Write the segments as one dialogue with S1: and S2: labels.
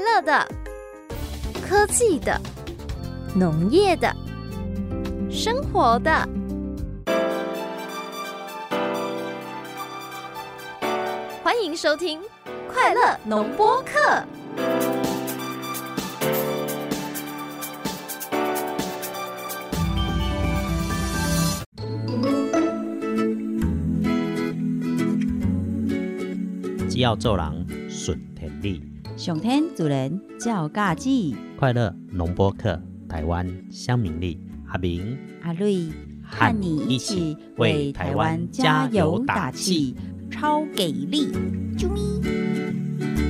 S1: 乐的、科技的、农业的、生活的。欢迎收听《快乐农播课》。
S2: 只要做人顺天理，
S3: 上天主人照家子，
S2: 快乐农播客台湾乡民力阿明，
S3: 阿瑞和你一起为台湾加油打气，超给力！
S2: 嗯
S3: 啾咪！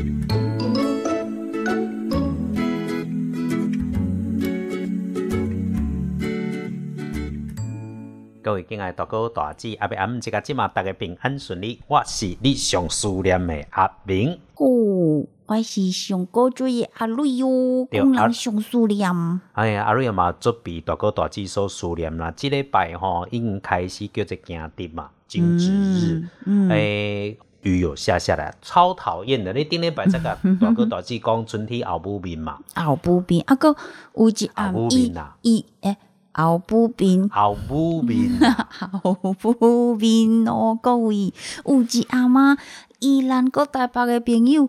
S2: 各位敬爱大哥大姐阿伯阿姆，即个即嘛大家平安顺利，我是你上思念的阿明。
S3: 哦，我是上古锥的阿瑞哟，
S2: 对
S3: 工
S2: 啊
S3: 人上思念。
S2: 哎呀，阿瑞嘛，作弊大哥大姐所思念啦，即礼拜吼已经开始叫做惊日嘛，惊止日。
S3: 嗯，
S2: 哎
S3: 嗯，
S2: 诶、雨有下下来，超讨厌的。你顶礼拜才甲大哥大姐讲春天后母面嘛，
S3: 后补兵，啊个有一暗
S2: 后母
S3: 伊
S2: 面啦
S3: 伊诶，后补兵，
S2: 后母面啊。
S3: 后补兵哦，各位，有一阿妈，伊咱国台北的朋友。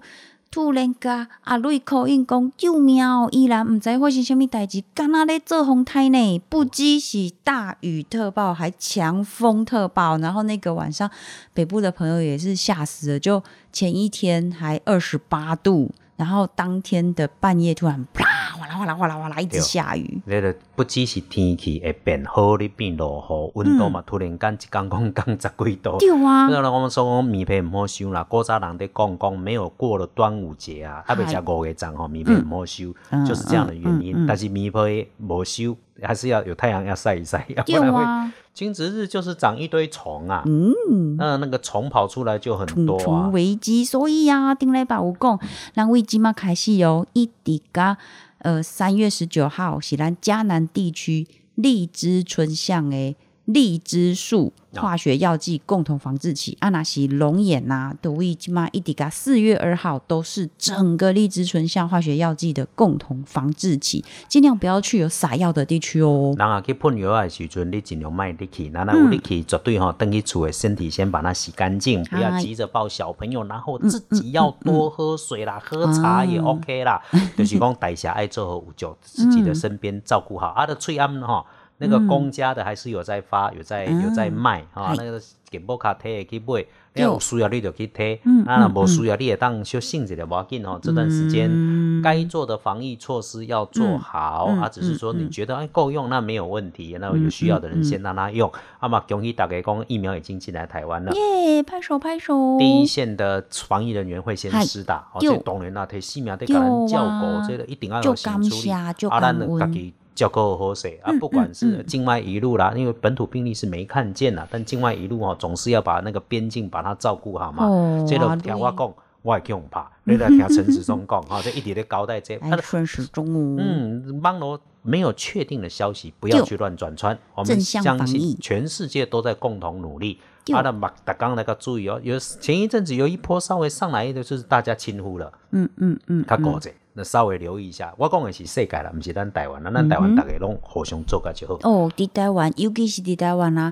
S3: 突然间，阿瑞口音讲救命哦！依然毋知发生什物代志，敢若咧做风台呢？不只是大雨特报，还强风特报。然后那个晚上，北部的朋友也是吓死了，就前一天还二十八度，然后当天的半夜突然啪哗啦哗啦哗啦哗啦一直
S2: 对
S3: 下雨。
S2: 你就不只是天气会变好，你变落雨，温度嘛突然间一降降降十几度。
S3: 嗯对啊
S2: 那，人我们说讲棉被毋好收啦，古早人在讲讲没有过了端午节啊，还未食五月粽吼，棉被毋好收，
S3: 嗯
S2: 就是这样的原因。
S3: 嗯嗯嗯
S2: 但是棉被无收，还是要有太阳要晒一晒，要不
S3: 对
S2: 然会。
S3: 啊，
S2: 惊蛰日就是长一堆虫啊，
S3: 嗯。
S2: 那那个虫跑出来就很
S3: 重
S2: 多啊
S3: 重。危机，所以啊，顶礼拜有讲，咱为即马开始哦，一直甲呃三月十九号是咱迦南地区荔枝春项诶荔枝树
S2: 啊
S3: 化学药剂共同防治期，啊若是龙眼呐、都为即马一直甲四月二号都是整个荔枝春项化学药剂的共同防治期，尽量不要去有撒药的地区哦。
S2: 人啊去喷药的时阵，你尽量卖力去，那那
S3: 嗯
S2: 有力去绝对吼、等去厝的身体先把它洗干净，不要
S3: 哎
S2: 急着抱小朋友，然后自己要多喝水啦，喝茶也
S3: 啊
S2: OK 啦，就是讲代谢爱做好有就自己的身边照顾好，啊的翠安吼。那个公家的还是有在发，有在有在卖啊
S3: 哎，
S2: 那个给摩卡贴去买，你有需要你就去贴
S3: 嗯，
S2: 啊，
S3: 嗯
S2: 无需要你也当小性子的无要紧哦。这段时间
S3: 嗯
S2: 该做的防疫措施要做好、
S3: 嗯嗯
S2: 啊，只是说
S3: 嗯
S2: 你觉得哎够用，那没有问题，那
S3: 嗯
S2: 有需要的人
S3: 嗯
S2: 先让他用。啊嘛，恭喜大家讲疫苗已经进来台湾了。
S3: 耶，拍手拍手！
S2: 第一线的防疫人员会先
S3: 嗨
S2: 施打，哦，
S3: 对
S2: 这当然啦，摕性命得给人照
S3: 对
S2: 顾
S3: 啊，
S2: 这个一定要
S3: 就
S2: 有心
S3: 感
S2: 处理。
S3: 谢就
S2: 啊，咱
S3: 感
S2: 就家
S3: 恩。嗯
S2: 己照顾好势啊，不管是境外一路啦，因为本土病例是没看见啦，但境外一路哦，总是要把那个边境把它照顾好嘛。
S3: 哦
S2: 这
S3: 啊
S2: 个听我
S3: 对
S2: 讲，我会去用怕，你来听陈时中 讲，哈，这一直在交代这个。啊
S3: 哎，顺时钟哦，
S2: 嗯，网络没有确定的消息，不要
S3: 对
S2: 去乱转传。我们
S3: 正向
S2: 相
S3: 防
S2: 信
S3: 疫
S2: 全世界都在共同努力。
S3: 对
S2: 啊，那马达刚那个注意哦，有前一阵子有一波稍微上来的，就是大家轻忽了，
S3: 嗯嗯嗯，嗯
S2: 他搞者，那稍微留意一下。我讲的是世界啦，不是咱台湾啦，咱台湾大家拢互相做个就好。
S3: 哦，伫台湾，尤其是伫台湾啊，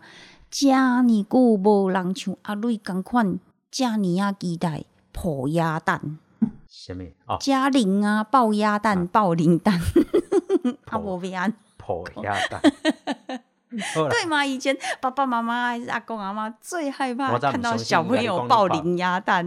S3: 遮尼久无人像阿瑞共款，遮尼啊期待抱鸭蛋，
S2: 什么？哦，
S3: 嘉玲啊爆鸭蛋、爆 零蛋，啊
S2: 抱
S3: 无变安，
S2: 破 鸭蛋。好啦
S3: 对吗？以前爸爸妈妈还是阿公阿妈最害怕
S2: 我才不
S3: 看到
S2: 相信
S3: 小朋
S2: 你跟
S3: 友
S2: 你
S3: 爆
S2: 讲
S3: 零 鸭蛋，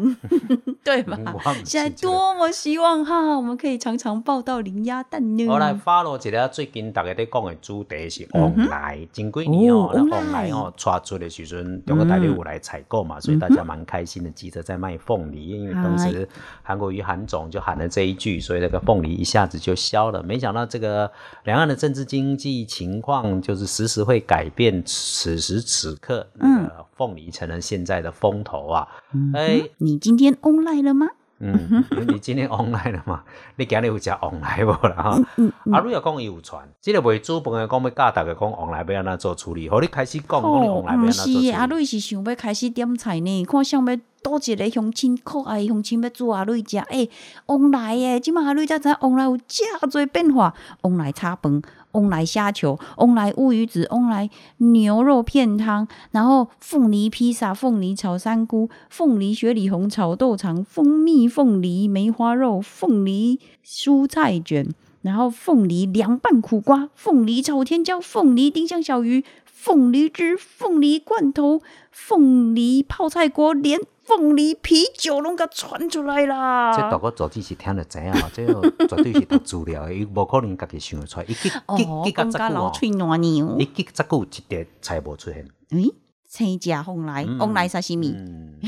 S3: 对吧
S2: 嗯我不？信
S3: 现在
S2: 这个
S3: 多么希望哈，我们可以常常爆到零鸭蛋呢。
S2: 我来 follow 一下最近大家在讲的主题是往来，前几年哦
S3: 哦，
S2: 那
S3: 往
S2: 往来嗯
S3: 来
S2: 哦，抓出的时阵，中国大陆有来采购嘛，所以大家蛮开心的，急着在卖凤梨，因为当时韩国瑜韩总就喊了这一句，所以那个凤梨一下子就消了。没想到这个两岸的政治经济情况就是时时会改变，此时此刻，那个凤梨成了现在的风头啊，哎。
S3: 嗯你今天 online 了吗？
S2: 嗯，你今天 online 了嘛？你今日有食 online 无啦？哈、
S3: 嗯
S2: 阿瑞又啊讲伊有传，即、个卖煮饭的讲要教大家讲 online 要啊安怎做处理，好，你开始讲讲你
S3: 哦，
S2: online 要安怎
S3: 毋
S2: 做处理
S3: 是，阿。瑞是想要开始点菜呢，看想要倒一个乡亲可爱的乡亲要煮阿瑞食，诶、往来诶，即马阿瑞才知影往来有遮侪变化，往来炒饭，往来虾球，往来乌鱼子，往来牛肉片汤，然后凤梨披萨、凤梨炒三菇、凤梨雪里红炒豆肠、蜂蜜凤梨梅花肉、凤梨蔬菜卷。然后凤梨凉拌苦瓜、凤梨炒天椒、凤梨丁香小鱼、凤梨汁、凤梨罐头、凤梨泡菜锅，连凤梨啤酒拢甲传出来啦！
S2: 这大哥绝对是听得知影嘛，这 个绝对是读资料的，伊无可能家己想得出来。伊记记
S3: 哦
S2: 记，
S3: 讲
S2: 甲
S3: 甲
S2: 久
S3: 老
S2: 哦，
S3: 喙暖牛
S2: 伊，记甲久一碟菜无出现。
S3: 诶，青椒凤来，
S2: 嗯
S3: 凤来沙西米，
S2: 嗯，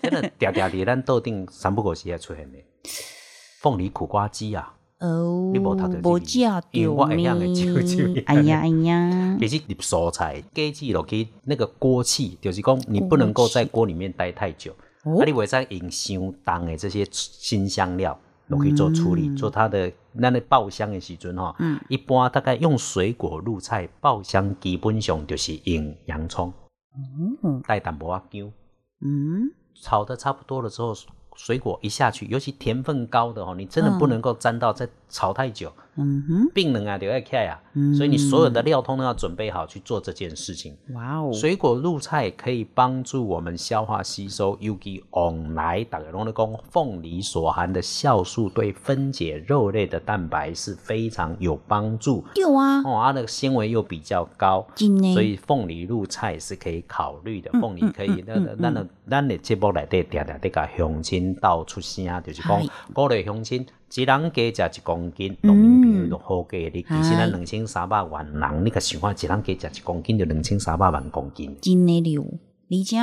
S2: 真的定定伫咱桌顶三不五时会出现的。凤梨苦瓜鸡啊，
S3: 哦
S2: 你无读到这，个
S3: 无食着
S2: 因为我会晓的手手
S3: 呢，哎呀哎呀，
S2: 其实入蔬菜加起落去那个锅气，就是讲你不能够在锅里面待太久，
S3: 哦
S2: 啊，你袂使用伤重的这些新香料落去做处理，
S3: 嗯
S2: 做它的咱的爆香的时阵吼，
S3: 嗯
S2: 一般大概用水果入菜爆香，基本上就是用洋葱
S3: 嗯
S2: 带淡薄仔姜。
S3: 嗯，
S2: 炒的差不多了之后，水果一下去，尤其甜分高的哦，你真的
S3: 嗯
S2: 不能够沾到，再炒太久，
S3: 嗯哼，
S2: 病人啊就要开啊
S3: 嗯，
S2: 所以你所有的料通通要准备好去做这件事情。
S3: 哇哦，
S2: 水果入菜可以帮助我们消化吸收，尤其往来大家拢在讲，凤梨所含的酵素对分解肉类的蛋白是非常有帮助。
S3: 对啊，
S2: 哦，它的纤维又比较高，
S3: 真的
S2: 所以凤梨入菜是可以考虑的。凤梨可以，那
S3: 嗯嗯
S2: 那那咱的节目内底定定在甲乡亲道出声，啊就是
S3: 嗨
S2: 讲鼓励乡亲一人加食一公斤，农民朋友就好价哩。其实
S3: 嗨
S2: 咱两千三百万人，你甲想看，一人加食一公斤就两千三百万公斤。
S3: 真诶了。而且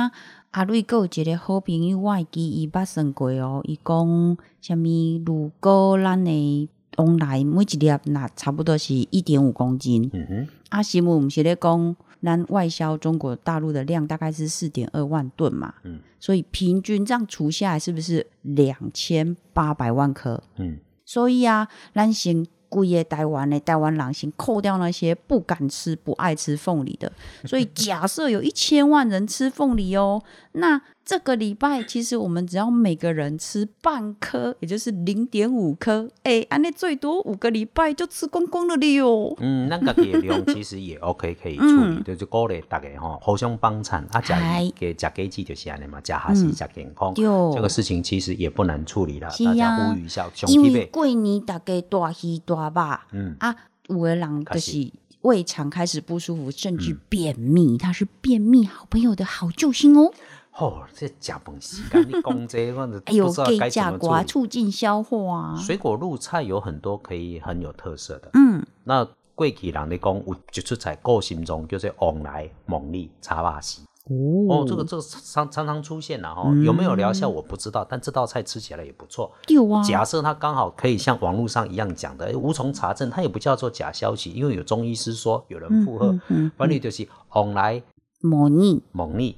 S3: 阿瑞还有一个好朋友，我会记伊捌算过哦。伊讲啥物？如果咱诶往来每一粒那差不多是一点五公斤，
S2: 嗯哼，
S3: 啊，新闻毋是咧讲咱外销中国大陆的量大概是四点二万吨嘛，
S2: 嗯
S3: 所以平均这样除下来是不是两千八百万颗？
S2: 嗯，
S3: 所以啊，咱先规个台湾的台湾人先扣掉那些不敢吃、不爱吃凤梨的。所以假设有一千万人吃凤梨哦，那这个礼拜其实我们只要每个人吃半颗，也就是零点五颗，哎，安尼最多五个礼拜就吃光光了哩哟。
S2: 嗯，咱家己的量其实也 OK 可以处理，就是鼓励大家吼互相帮衬，啊，
S3: 嗯嗨嗯
S2: 食给食鸡子就是安尼嘛，食下是食健康，
S3: 对
S2: 这个事情其实也不难处理啦，
S3: 是
S2: 大
S3: 啊
S2: 家呼吁一下，上
S3: 因
S2: 起
S3: 为
S2: 呗，
S3: 过年大家大鱼大肉，
S2: 嗯
S3: 啊，有的人就
S2: 确
S3: 是胃肠开始不舒服，甚
S2: 嗯
S3: 至便秘，他是便秘好朋友的好救星哦。
S2: 吼、这食饭时间你讲这个，我就
S3: 哎呦，
S2: 不知道
S3: 给
S2: 该怎
S3: 价
S2: 么
S3: 格
S2: 做。
S3: 啊促进消化啊。
S2: 水果入菜有很多可以很有特色的。
S3: 嗯，
S2: 那过去人咧讲有一出菜顾心中叫做旺来、猛力、叉巴西。哦，这个这个常常常出现了哈、哦
S3: 嗯
S2: 有没有疗效我不知道，但这道菜吃起来也不错。
S3: 对啊，
S2: 假设它刚好可以像网络上一样讲的，哎无从查证，它也不叫做假消息，因为有中医师说，有人附和，
S3: 嗯嗯嗯
S2: 反正就是旺来、
S3: 模拟
S2: 猛力、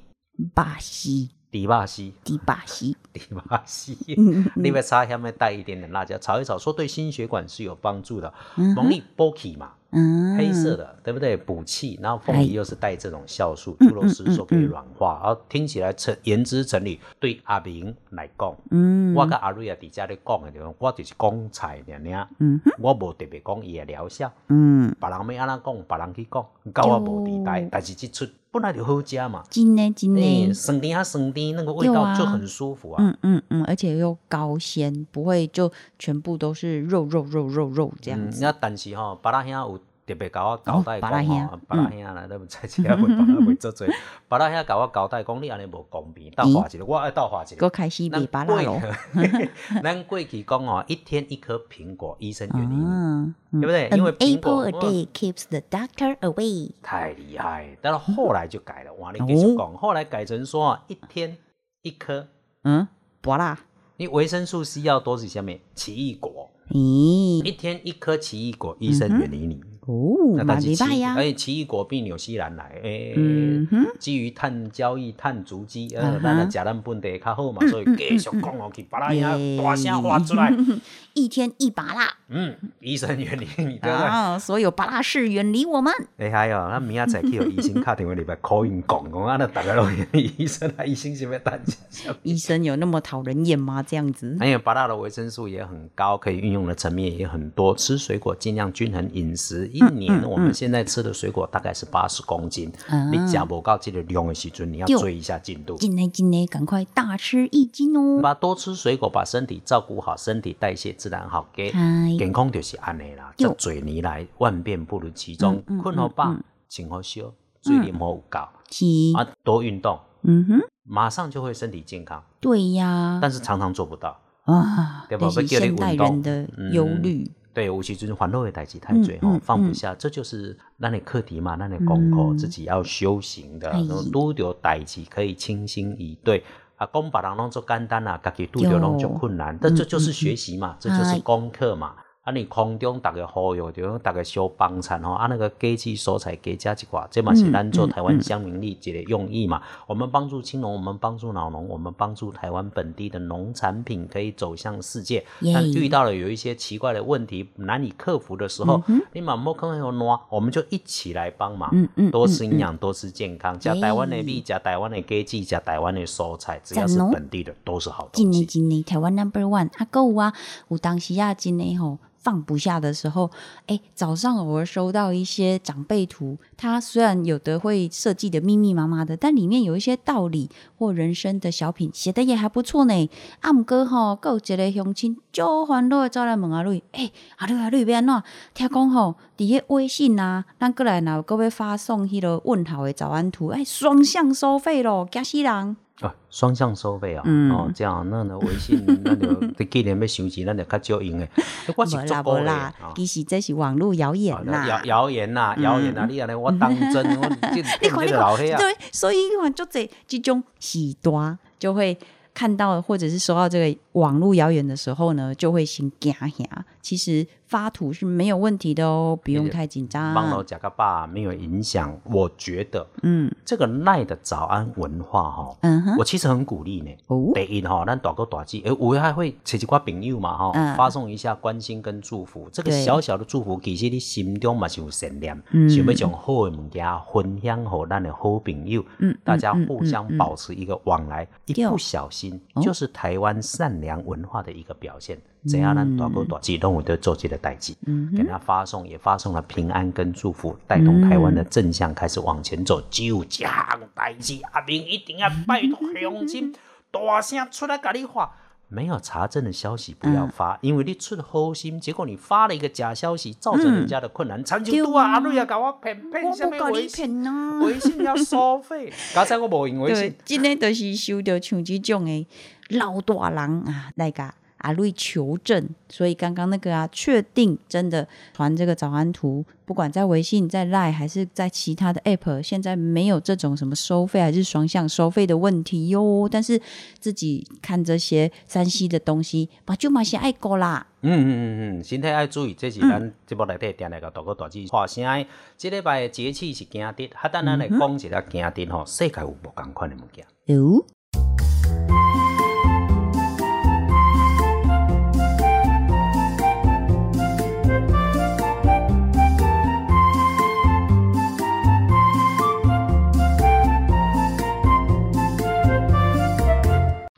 S3: 巴西
S2: 迪巴西。
S3: 的巴西，
S2: 迪巴西，
S3: 嗯
S2: 你要擦下面带一点点辣椒，炒一炒，说对心血管是有帮助的。蒙利波奇嘛，
S3: 嗯，
S2: 黑色的，对不对？补气，然后凤
S3: 哎
S2: 梨又是带这种酵素，
S3: 嗯
S2: 朱老师说可以
S3: 嗯嗯嗯
S2: 软化，然后听起来成言之成理。对阿明来讲，
S3: 嗯，
S2: 我跟阿瑞啊伫遮咧讲的就是，我就是讲菜尔尔，
S3: 嗯哼
S2: 我无特别讲伊的疗效，
S3: 嗯，
S2: 别人要安怎讲，别人去讲，跟我无地带
S3: 对。
S2: 但是这出本来就好食嘛，
S3: 真的真
S2: 哎，
S3: 的，
S2: 酸甜啊酸甜，那个味
S3: 对
S2: 道
S3: 嗯啊
S2: 就很舒服啊。
S3: 嗯嗯嗯，而且又高鲜，不会就全部都是肉肉肉肉肉这样
S2: 嗯，
S3: 子。
S2: 那但是吼、巴拉兄有特别甲我交代
S3: 哦巴拉
S2: 讲
S3: 兄
S2: 吼，巴拉兄啦，咱们在这袂巴拉袂做 做，巴拉兄甲我交代讲，你安尼无公平，倒画一个，我爱倒画一
S3: 我
S2: 个。
S3: 开始
S2: 咱
S3: 卖巴拉哦咯，
S2: 去 咱过去讲哦，一天一颗苹果，医生原因、
S3: 嗯，
S2: 对
S3: 嗯
S2: 不对？因
S3: An
S2: 为苹
S3: apple
S2: 果
S3: a
S2: 嗯
S3: day keeps the doctor away。
S2: 太厉害，但是后来就改了，哇，你继续讲，后来改成说啊，一天一颗，
S3: 嗯，巴拉，
S2: 你维生素 C 要多是下面奇异果，
S3: 咦，
S2: 一天一颗奇异果，医生远离你。
S3: 哦，
S2: 那
S3: 嘛
S2: 但是
S3: 礼
S2: 奇
S3: 拜
S2: 异，
S3: 呀
S2: 而，且奇异果比纽西兰来，诶、
S3: 嗯哼
S2: 基于碳交易、碳足迹，
S3: 啊
S2: 呃
S3: 哈，
S2: 咱来食咱本地较好嘛，所以继续讲哦，去把那
S3: 嗯
S2: 遐大声发出来，
S3: 一天一拔蜡
S2: 嗯，医生远离你，对不对？
S3: 啊，所有拔蜡士远离我们。
S2: 厉害哦！咱明仔载去互医生打电话入来 call 因讲讲，啊，那大家拢会 医生啊，医生是要担心什么？
S3: 医生有那么讨人厌吗？这样子，
S2: 还有八大的维生素也很高，可以运用的层面也很多。吃水果尽量均衡饮食，
S3: 嗯
S2: 一年我们现在吃的水果大概是八十公斤。
S3: 啊
S2: 你食无到这个量的时阵，你要
S3: 对
S2: 追一下进度。
S3: 进来进来，赶快大吃一惊哦！
S2: 把多吃水果，把身体照顾好，身体代谢自然好。给
S3: 嗨
S2: 健康就是安尼啦，
S3: 对
S2: 这嘴泥来，万变不如其宗
S3: 嗯嗯。
S2: 困好饱，穿好少，水啉好有够，
S3: 是，
S2: 啊，多运动，
S3: 嗯哼，
S2: 马上就会身体健康。
S3: 对呀，
S2: 但是常常做不到，
S3: 啊，
S2: 对吧
S3: 这是
S2: 要叫你
S3: 现代
S2: 运动嗯
S3: 人的忧虑，
S2: 对，有时阵烦恼的代志太多
S3: 嗯
S2: 吼
S3: 嗯，
S2: 放不
S3: 嗯
S2: 下，这就是咱的课题嘛，咱的功课，
S3: 嗯
S2: 自己要修行的
S3: 哎。
S2: 拄着代志可以清心以对。啊，讲别人拢做简单啊，家己拄着拢做困
S3: 嗯
S2: 难，但这就是学习嘛，这
S3: 哎
S2: 就是功课嘛。啊，你空中大家忽悠着，大家相帮衬吼，啊，那个给起所在给加一寡，这嘛是咱做台湾乡民力一个用意嘛。我们帮助青农，我们帮助老农，我们帮助台湾本地的农产品可以走向世界。
S3: 耶
S2: 但遇到了有一些奇怪的问题难以克服的时候，你满莫坑有挪，我们就一起来帮忙。
S3: 嗯嗯嗯
S2: 多吃营养，多吃健康，加
S3: 耶
S2: 台湾的米，加台湾的鸡鸡，加台湾的蔬菜，只要是
S3: 赞哦
S2: 本地的都是好
S3: 真
S2: 东
S3: 的
S2: 西。
S3: 真的，台湾 number one 啊，够啊！我当时啊，真的吼放不下的时候，哎，早上偶尔收到一些长辈图，它虽然有的会设计的密密麻麻的，但里面有一些道理或人生的小品，写的也还不错呢。啊，毋过吼，还有一个乡亲就烦恼的走来问阿瑞，哎，阿瑞阿瑞要安怎？听讲吼，伫个微信啊，咱过来若有搁要发送迄个问号的早安图，哎，双向收费咯，惊死人！
S2: 啊，双向收费啊，
S3: 嗯
S2: 哦，这样那呢，微信 那就这几年要收钱，那就较少用的。我是
S3: 无
S2: 做
S3: 啦
S2: 过
S3: 无
S2: 的
S3: 啦
S2: 啊，
S3: 其实这是网络谣言
S2: 啊
S3: 啦嗯
S2: 谣。谣言呐，谣言呐，你安尼我当真， 我这
S3: 你
S2: 这
S3: 看，
S2: 个
S3: 你
S2: 老黑啊。
S3: 看，对，所以你看，就这这种喜多就会看到，或者是收到这个网络谣言的时候呢，就会先惊吓。其实发图是没有问题的哦，不用太紧张。
S2: 帮到贾个爸没有影响，我觉得
S3: 嗯
S2: 这个赖的早安文化哈、
S3: 嗯哼，
S2: 我其实很鼓励呢。
S3: 哦，
S2: 第一哈、咱大哥大姐，诶，我还会找一挂朋友嘛哈、
S3: 嗯
S2: 发送一下关心跟祝福。这个
S3: 对
S2: 小小的祝福，其实你心中嘛是有善念，
S3: 嗯
S2: 想要将好的物件分享给咱的好朋友，
S3: 嗯
S2: 大家互
S3: 嗯嗯
S2: 相
S3: 嗯
S2: 保持一个往来。
S3: 对
S2: 一不小心，
S3: 哦
S2: 就是台湾善良文化的一个表现。怎样咱大哥大姐拢有在做这个代志。
S3: 嗯
S2: 给
S3: 哼，
S2: 他发送，也发送了平安跟祝福，带动台湾的正向开始往前走。就这项代志，阿明一定要拜托乡
S3: 嗯
S2: 亲大声出来跟你话。没有查证的消息不要发，
S3: 嗯
S2: 因为你出好心，结果你发了一个假消息，造成人家的困难。长久度啊，阿瑞啊，搞我骗骗
S3: 嗯哦我
S2: 什
S3: 不
S2: 么
S3: 搞
S2: 微
S3: 你
S2: 信？
S3: 骗啊！
S2: 微信 要收费，刚才我无用微
S3: 对
S2: 信，，
S3: 真的就是收到像这种的老大人啊，来个阿瑞求证，所以刚刚那个啊，确定真的传这个早安图，不管在微信、在 Line 还是在其他的 App，现在没有这种什么收费啊还是双向收费的问题哟。但是自己看这些山西的东西，把舅妈先爱过啦，
S2: 嗯嗯嗯嗯，身体爱注意，这是
S3: 嗯
S2: 咱节目内底定来个大哥大姐话声的。这礼拜的节气是惊蛰，哈，等咱来
S3: 嗯
S2: 讲一下惊蛰吼，世界有无共款的物件？
S3: 哦，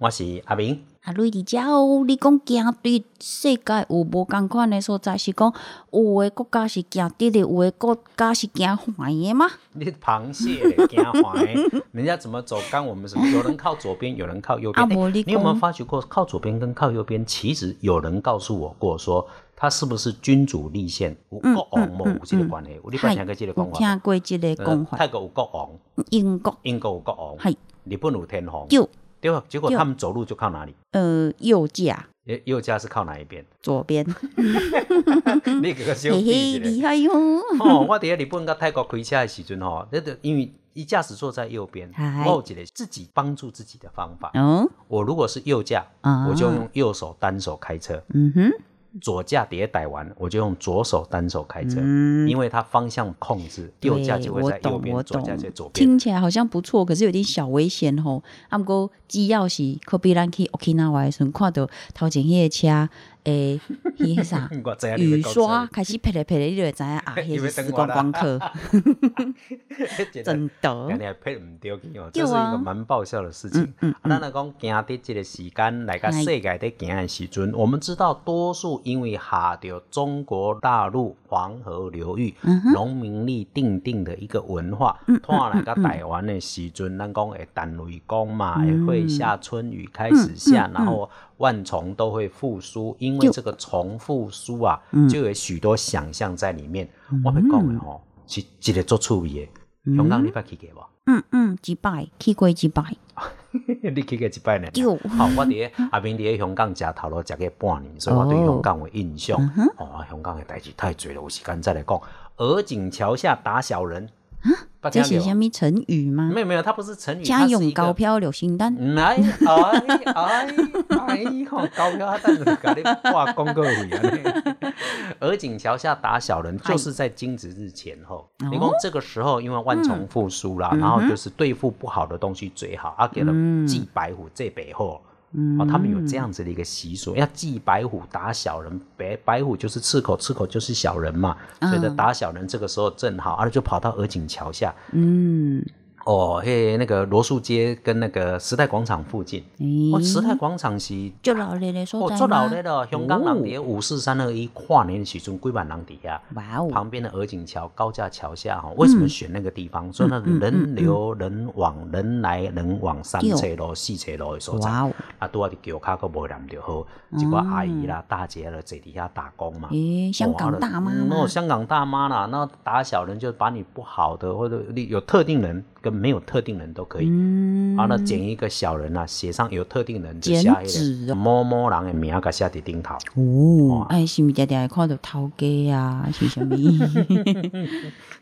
S2: 我是阿明，
S3: 阿瑞伫遮哦，你讲惊对世界有无共款的所在？是讲有诶国家是惊跌的，有诶国家是惊坏的吗？
S2: 你螃蟹嘞惊 坏，人家怎么走干我们什么？有人靠左边，有人靠右边。
S3: 啊无
S2: 诶
S3: 你
S2: 你有没有
S3: 讲
S2: 发觉过，靠左边跟靠右边，其实有人告诉我过说，他是不是君主立宪？有国王无
S3: 嗯
S2: 有这个关系？有你捌听过这个
S3: 有
S2: 讲法吗？
S3: 听过即个讲
S2: 呃
S3: 法，
S2: 泰国有国王，
S3: 英国
S2: 英国有国王，
S3: 系
S2: 日本有天皇，
S3: 右
S2: 对吧？结果
S3: 对
S2: 他们走路就靠哪里？
S3: 呃右架
S2: 右右家是靠哪一边？
S3: 左边，
S2: 你给个小
S3: 嗯嘿嘿
S2: 屁
S3: 厉
S2: 咧！
S3: 害哟！
S2: 哦，我伫咧日本甲泰国开车的时阵吼，那个因为一驾驶座在右边，
S3: 嗨
S2: 我有一个自己帮助自己的方法。
S3: 哦
S2: 我如果是右驾，
S3: 啊
S2: 我就用右手单手开车；
S3: 嗯哼，
S2: 左驾底下逮完，我就用左手单手开车，
S3: 嗯
S2: 因为它方向控制，
S3: 对
S2: 右驾就会
S3: 我
S2: 在右
S3: 懂我
S2: 边，左
S3: 懂
S2: 驾在左边。
S3: 听起来好像不错，可是有点小危险吼。啊，毋过只要是可比咱去 Okinawa 的时阵，看到头前迄个车，诶、迄个啥
S2: 我知道你要
S3: 雨
S2: 讲
S3: 刷 开始撇咧撇咧，你就会知 影啊，
S2: 你
S3: 迄
S2: 要
S3: 是
S2: 等
S3: 时
S2: 我
S3: 光
S2: 啦
S3: 光客，
S2: 这个
S3: 真
S2: 人
S3: 的。
S2: 家配唔对去哦，
S3: 哦对
S2: 这
S3: 啊
S2: 是一个蛮爆笑的事情。
S3: 嗯嗯
S2: 啊咱来讲行伫这个时间来到世界伫行的时阵，我们知道多数因为下着中国大陆黄河流域
S3: 嗯哼嗯
S2: 农民力定定的一个文化，拖来到台湾的时阵，咱讲会淡雷公嘛，
S3: 嗯
S2: 会下春雨开始下，
S3: 嗯嗯嗯
S2: 然后万虫都会复苏，因为
S3: 就
S2: 这个虫复苏啊
S3: 嗯，
S2: 就有许多想象在里面。我要讲的吼，是一个足趣味的。香港你捌去过
S3: 嗯嗯，一摆去过一摆，
S2: 无？ 你去过一摆呢？
S3: 有
S2: 好，我伫咧阿明伫咧香港食头路食个半年，所以我对香港有印象。
S3: 哦嗯哼
S2: 哦，香港的代志太多了，有时间再来讲。鹅颈桥下打小人，捌
S3: 啊这
S2: 听
S3: 是
S2: 过
S3: 虾米成语吗？
S2: 没有没有，它不是成语，
S3: 家
S2: 它是
S3: 用
S2: 一个
S3: 高。飘流星弹，
S2: 嗯哎哎哎哎，吼、高票啊，但是甲你挂广告费 啊。鹅颈桥下打小人，就是在惊蛰日前后。
S3: 哦
S2: 你讲这个时候，因为万虫复苏啦，
S3: 嗯
S2: 然后就是对付不好的东西最好，啊，给了祭白虎这背后。
S3: 嗯
S2: 哦，他们有这样子的一个习俗，要祭白虎打小人，白白虎就是赤口，赤口就是小人嘛，所以呢
S3: 嗯
S2: 打小人这个时候正好，啊就跑到鹅颈桥下，
S3: 嗯，
S2: 哦嘿，那个罗素街跟那个时代广场附近，
S3: 诶
S2: 哦，时代广场是
S3: 就哎老热的所
S2: 哦
S3: 嗯在
S2: 做老
S3: 吗哦
S2: 的了，香港人伫咧五四三二一跨年的时阵，几万人底下。
S3: 哇哦，
S2: 啊旁边的鹅颈桥高架桥下哈，为什么选那个地
S3: 嗯
S2: 方？所以那个人流人往，人来人往，三
S3: 对
S2: 车路、四车路的所在。
S3: 哇哦，
S2: 啊，拄啊伫桥骹佫无人就好，一寡阿姨啦、大姐啦坐伫遐打工嘛。
S3: 嗯诶，哎香
S2: 哦啊
S3: 港
S2: 就
S3: 大妈
S2: 嗯
S3: 吗
S2: 哦，？香港大妈啦，那打小人就把你不好的或者你有特定人跟没有特定人都可以。
S3: 嗯
S2: 啊，那捡一个小人啊，写上有特定人就
S3: 剪
S2: 下一
S3: 纸
S2: 个
S3: 哦
S2: 某某人的名，甲写伫顶头。
S3: 哦，哎，是毋是常常会看到头家啊，是啥物？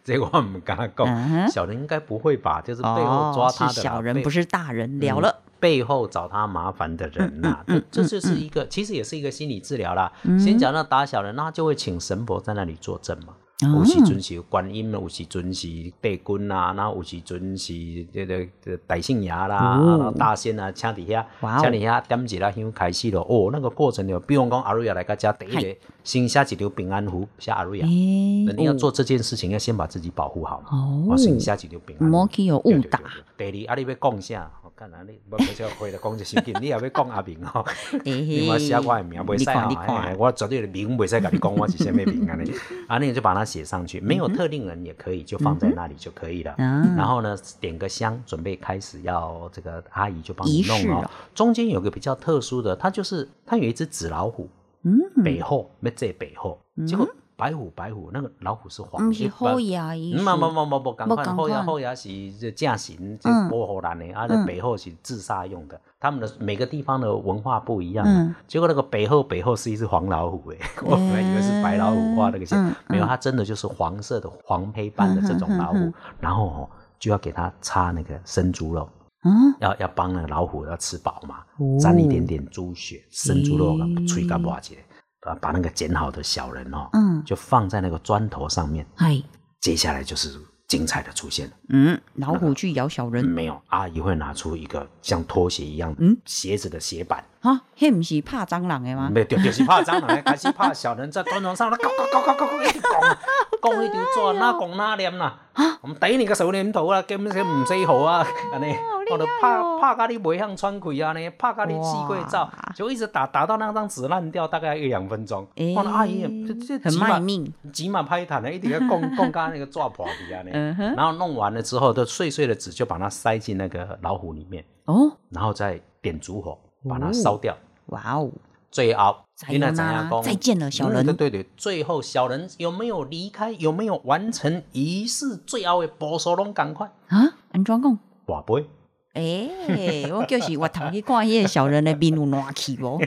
S2: 这我唔敢
S3: 嗯哼
S2: 讲，小人应该不会吧？就是背后抓他的啦
S3: 哦、是小人，
S2: 背
S3: 不是大人，
S2: 嗯
S3: 了了。
S2: 背后找他麻烦的人呐、
S3: 嗯嗯嗯嗯
S2: 这这就是一个，其实也是一个心理治疗啦。先讲到打小人，那他就会请神婆在那里作证嘛。
S3: 哦
S2: 有时阵是观音，有时阵是帝君啊，那有时阵是这个这个大圣爷啦，啊
S3: 哦
S2: 然后大仙啊，请底下，
S3: 哇哦
S2: 请底下点一下香开始了。哦，那个过程了，比如讲阿瑞亚来个家第一
S3: 嗨
S2: 个，先写一条平安符，写阿
S3: 哎
S2: 瑞亚。
S3: 诶
S2: 你要做这件事情，要先把自己保护好嘛。
S3: 哦
S2: 我先下几条平安。
S3: 唔好去有误打
S2: 对。对对第二，啊，你要讲啥？我看啊，你不不要回来讲这事情，你也要讲阿明哦。你我写我的名，袂
S3: 你
S2: 使
S3: 看，
S2: 哦
S3: 你
S2: 哎
S3: 看，
S2: 我绝对的名袂使跟你讲我是什么名 安尼。啊，你就把它写上去，没有特定人也可以，就放在那里就可以了。
S3: 啊
S2: 然后呢，点个香，准备开始要这个阿姨就帮你
S3: 仪式
S2: 弄
S3: 了
S2: 哦。中间有个比较特殊的，它就是它有一只纸老虎。
S3: 嗯，
S2: 北后，要这北后，结果白虎白虎那个老虎是黄，
S3: 毋嗯是好牙医
S2: 嗯，
S3: 师，
S2: 嘛嘛嘛嘛，无共
S3: 不
S2: 款，
S3: 同
S2: 后牙
S3: 款
S2: 后牙是这正形，这
S3: 嗯
S2: 保护咱的，啊，
S3: 嗯
S2: 那北后是自杀用的。他们的每个地方的文化不一样啊，
S3: 嗯
S2: 结果那个北后北后是一只黄老虎、哎， 我本来以为是白老虎画那个线，
S3: 嗯嗯
S2: 没有，它真的就是黄色的黄黑斑的这种老虎，
S3: 嗯嗯嗯
S2: 然后哦就要给它插那个生猪肉，
S3: 嗯，
S2: 要要帮那个老虎要吃饱嘛，
S3: 哦
S2: 沾一点点猪血，生猪肉
S3: 咦
S2: 吹干巴结，把把那个剪好的小人哦，
S3: 嗯
S2: 就放在那个砖头上面。
S3: 哎，
S2: 接下来就是精彩的出现了。
S3: 嗯，老虎去咬小人
S2: 没有，阿姨会拿出一个像拖鞋一样的
S3: 嗯
S2: 鞋子的鞋板，
S3: 啊，迄毋是怕蟑螂的吗？
S2: 没有丢丢是怕蟑螂，还是怕小人在砖头上，那搞搞搞搞搞一直拱啊，拱一丢抓，哪拱哪念啦，我们抵你个手念头啊，根本就唔使好啊，安尼，我就怕怕到你袂向穿开啊呢，怕到你四过走
S3: 哇，
S2: 就一直打打到那张纸烂掉，大概一两分钟
S3: 诶，
S2: 我的阿姨这这
S3: 很
S2: 起码
S3: 卖命，
S2: 急嘛拍弹了，一定要供供到那个抓破皮啊
S3: 嗯
S2: 呢
S3: 哼。
S2: 然后弄完了之后，都碎碎的纸就把它塞进那个老虎里面，
S3: 哦，
S2: 然后再点烛火把它烧掉。
S3: 哇哦，
S2: 最后，
S3: 再
S2: 你
S3: 有
S2: 那
S3: 啦
S2: 怎样讲？
S3: 再见了小
S2: 嗯
S3: 人
S2: 对对对，最后小人有没有离开？有没有完成仪式？最后的步数拢赶快。
S3: 啊，安怎讲？
S2: 哇杯，
S3: 诶、我就是我头去看迄个小人的面有暖气无？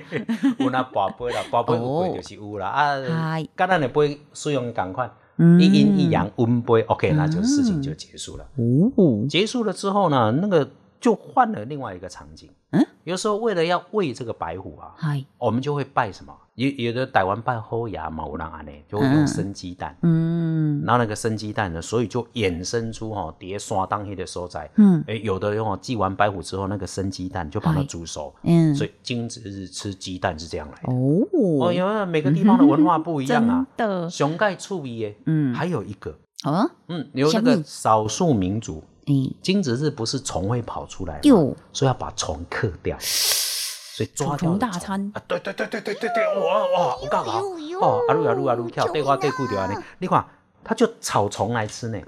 S2: 有那跋杯啦，跋杯有杯就是有啦啊
S3: 哦嗨，
S2: 跟咱的杯使用赶快，
S3: 嗯
S2: 一阴一阳温杯，OK，那就事情就结束了。
S3: 哦，
S2: 结束了之后呢，那个就换了另外一个场景。
S3: 嗯，
S2: 有时候为了要喂这个白虎 啊，
S3: 系，
S2: 我们就会拜什么？有有的台湾拜后牙嘛，我让阿内就会用生鸡蛋。
S3: 嗯，
S2: 然后那个生鸡蛋呢，所以就衍生出哈、哦，叠刷当黑的所在。
S3: 嗯
S2: 诶，有的用哦，祭完白虎之后，那个生鸡蛋就把它
S3: 哎
S2: 煮熟。
S3: 嗯，
S2: 所以今日吃鸡蛋是这样来的。
S3: 哦
S2: 哦，，因为每个地方的文化不一样啊。
S3: 真的
S2: 熊盖醋耶，
S3: 嗯
S2: 还有一个，
S3: 哦，
S2: 嗯，有那
S3: 什
S2: 个
S3: 么
S2: 少数民族，
S3: 诶，
S2: 金子日不是虫会跑出来吗，
S3: 哟
S2: 所以要把虫克掉，所以抓掉
S3: 虫
S2: 了
S3: 大餐
S2: 啊！对对对对对对对，哇哇，我告诉
S1: 呦
S2: 你
S1: 哎呦啊
S2: 哦，阿鲁阿鲁阿鲁跳，
S1: 救
S2: 对
S1: 命
S2: 瓜对裤掉呢，啊你看它就炒虫来吃呢。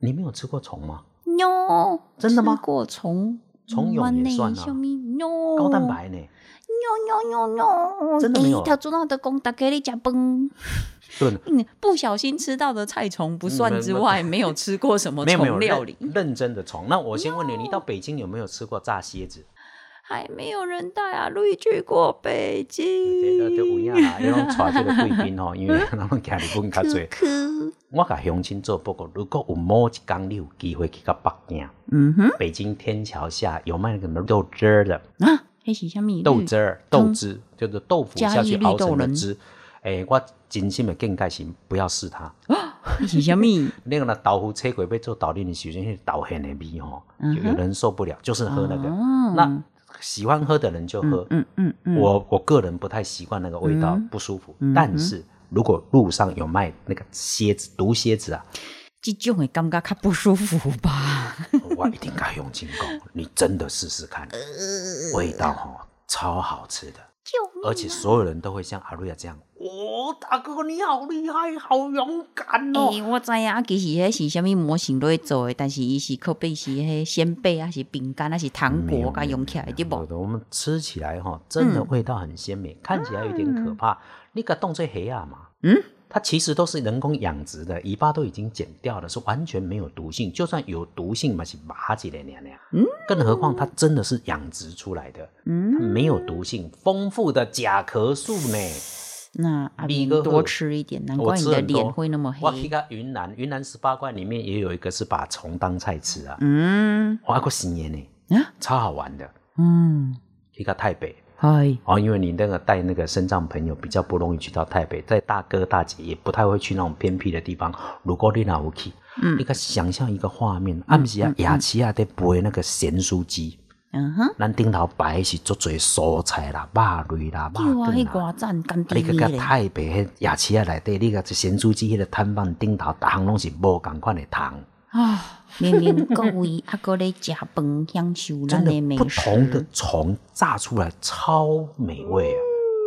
S2: 你没有吃过虫吗？
S3: 喏，
S2: 真的吗
S3: 吃过虫，
S2: 虫蛹也算啊
S3: 什么喏，
S2: 高蛋白呢？
S3: 喏喏喏喏，
S2: 真的没有啊
S3: 诶头主脑的讲，大家咧食饭。
S2: 对，
S3: 嗯，不小心吃到的菜虫不
S2: 嗯没
S3: 算之外，没有吃过什 么
S2: 没有没有
S3: 虫料理，
S2: 认认真的虫。那我先问你，你到北京有没有吃过炸蝎子？
S3: 还没有人带阿瑞去过北 京
S2: 这个。就有影啦，伊拢带这个贵宾吼，因为咱拢行日本较
S3: 可
S2: 侪。
S3: 可，
S2: 我甲乡亲做报告，如果有某一天你有机会去到北京，
S3: 嗯哼，
S2: 北京天桥下有卖那个豆汁儿的，
S3: 啊，黑喜虾米
S2: 豆汁儿、豆
S3: 嗯
S2: 汁，就是豆腐下去熬
S3: 加
S2: 成
S3: 一粒豆
S2: 的
S3: 仁
S2: 汁。诶，我真心的更开心，不要试它。
S3: 黑喜虾米，
S2: 那个呢，豆腐车鬼被做豆粒的时候，那个豆馅的味吼，
S3: 嗯哼
S2: 有人受不了，就是 喝那个。
S3: 哦
S2: 那喜欢喝的人就喝，
S3: 嗯嗯嗯，
S2: 我我个人不太习惯那个味道，
S3: 嗯
S2: 不舒服。
S3: 嗯哼
S2: 但是如果路上有卖那个蝎子、毒蝎子啊，
S3: 这种会感觉较不舒服吧？
S2: 我一定该用进攻，你真的试试看，味道哦超好吃的，
S3: 救命！
S2: 而且所有人都会像阿瑞亚这样，哦，大哥你好厉害，好勇敢哦。
S3: 诶、我知影，其实迄是啥物模型都会做诶，但是伊是可比是迄鲜贝啊，还是饼干啊，还是糖
S2: 没有
S3: 果，甲用起来对
S2: 没有
S3: 无？
S2: 的，我们吃起来哈，真的
S3: 嗯
S2: 味道很鲜美，看起来有点可怕。你个动最黑啊嘛，
S3: 嗯，
S2: 它其实都是人工养殖的，尾巴都已经剪掉了，是完全没有毒性。就算有毒性嘛，是麻起来那样。
S3: 嗯，
S2: 更何况它真的是养殖出来的，它
S3: 嗯，
S2: 没有毒性，丰富的甲壳素呢。
S3: 那阿
S2: 米
S3: 明
S2: 哥
S3: 多吃一点，难
S2: 我
S3: 怪你
S2: 吃
S3: 的
S2: 很多
S3: 脸会那么
S2: 我去
S3: 黑。
S2: 到云南，云南十八怪里面也有一个是把虫当菜吃啊，
S3: 嗯
S2: 哇，个新年呢，
S3: 啊，
S2: 超好玩的。
S3: 嗯，
S2: 去到台北，
S3: 嗨，
S2: 哦，因为你那个带那个身障朋友比较不容易去到台北，在大哥大姐也不太会去那种偏僻的地方。如果你哪有去，
S3: 嗯
S2: 你个想象一个画面，暗时啊，夜市啊在卖那个咸酥鸡，
S3: 嗯哼，
S2: 咱顶头摆的是足侪蔬菜啦、肉类啦、
S3: 有
S2: 肉
S3: 啊，迄
S2: 卷啦。
S3: 瓜赞干
S2: 你
S3: 甜
S2: 去
S3: 味
S2: 到
S3: 咧，
S2: 台北迄夜市啊内底，你个这咸酥鸡迄个摊贩顶头，逐项拢是无共款的汤，
S3: 啊，明明各位阿哥咧食饭享受
S2: 真
S3: 咱的
S2: 的
S3: 美
S2: 不同的
S3: 食，
S2: 虫炸出来超美味啊！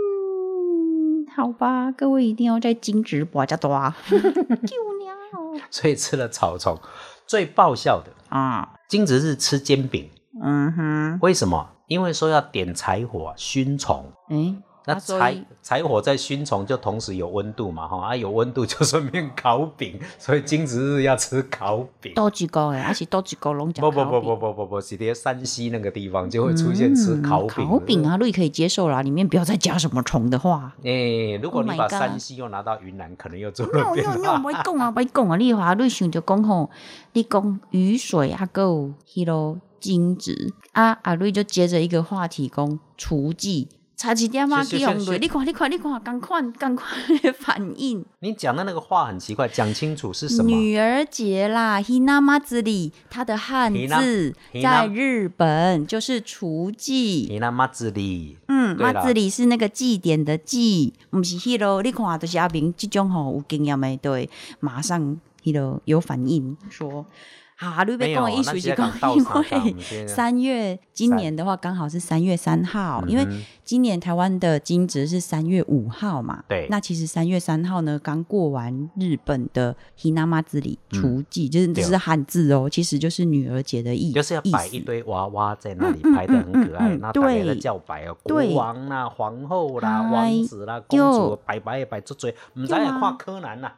S3: 嗯，好吧，各位一定要在金直播加大， 救娘哦
S2: 所以吃了草虫，最爆笑的。
S3: 啊，
S2: 金子是吃煎饼，
S3: 嗯哼，
S2: 为什么？因为说要点柴火熏虫，
S3: 诶、
S2: 哦那
S3: 啊所
S2: 柴、
S3: 以
S2: 柴火在熏虫，就同时有温度嘛，哈啊有温度就顺便烤饼， 所以金子日要吃烤饼。
S3: 多一个诶，还是多一个拢食
S2: 不
S3: 烤
S2: 不
S3: 饼？
S2: 不不不不不，是在山西那个地方就会出现吃烤饼。
S3: 嗯烤饼！啊，瑞可以接受啦，里面不要再加什么虫 的话。
S2: 哎、如果你
S3: Oh my
S2: 把
S3: God
S2: 山西又拿到云南，可能又做了
S3: no
S2: 变
S3: no
S2: 化。
S3: no，别讲啊，别讲啊！你话你想着讲吼，你讲雨水啊，还有迄啰金子啊，阿瑞就接着一个话题讲厨技，差一点啊，
S2: 是是
S3: 去用
S2: 是
S3: 对，
S2: 是
S3: 你看你看你看，赶快赶快 的反应。
S2: 你讲的那个话很奇怪，讲清楚是什么？
S3: 女儿节啦，Hina m a z 里，它的汉
S2: Hina-
S3: 字
S2: Hina-
S3: 在日本就是厨技。
S2: 你那妈子里，
S3: 嗯，
S2: 对
S3: 妈
S2: 啦
S3: 子里是那个祭典的祭，毋是迄、落。你看就是阿明即种吼有经验的，对，马上迄落有反应说，啊，你
S2: 没
S3: 要
S2: 有
S3: 讲的意
S2: 那
S3: 思
S2: 是
S3: 是
S2: 在
S3: 讲
S2: 讲道，
S3: 因
S2: 上讲我们现
S3: 为
S2: 在
S3: 三月今年的话刚好是三月三号，因为
S2: 嗯哼
S3: 今年台湾的金值是三月五号嘛，
S2: 对
S3: 那其实三月三号呢刚过完日本的 Hina 妈子里除祭，就是这
S2: 嗯对
S3: 是汉字哦，其实就是女儿节的意，
S2: 就是要
S3: 意
S2: 摆
S3: 思
S2: 一堆娃娃在那里
S3: 嗯嗯
S2: 拍的很可爱，
S3: 嗯嗯嗯
S2: 那大家在
S3: 对
S2: 叫摆啊，国
S3: 对
S2: 王啦、皇后啦、
S3: 哎
S2: 王子啦、公主啊摆摆的摆足多，唔知也
S3: 对啊
S2: 看柯南啦，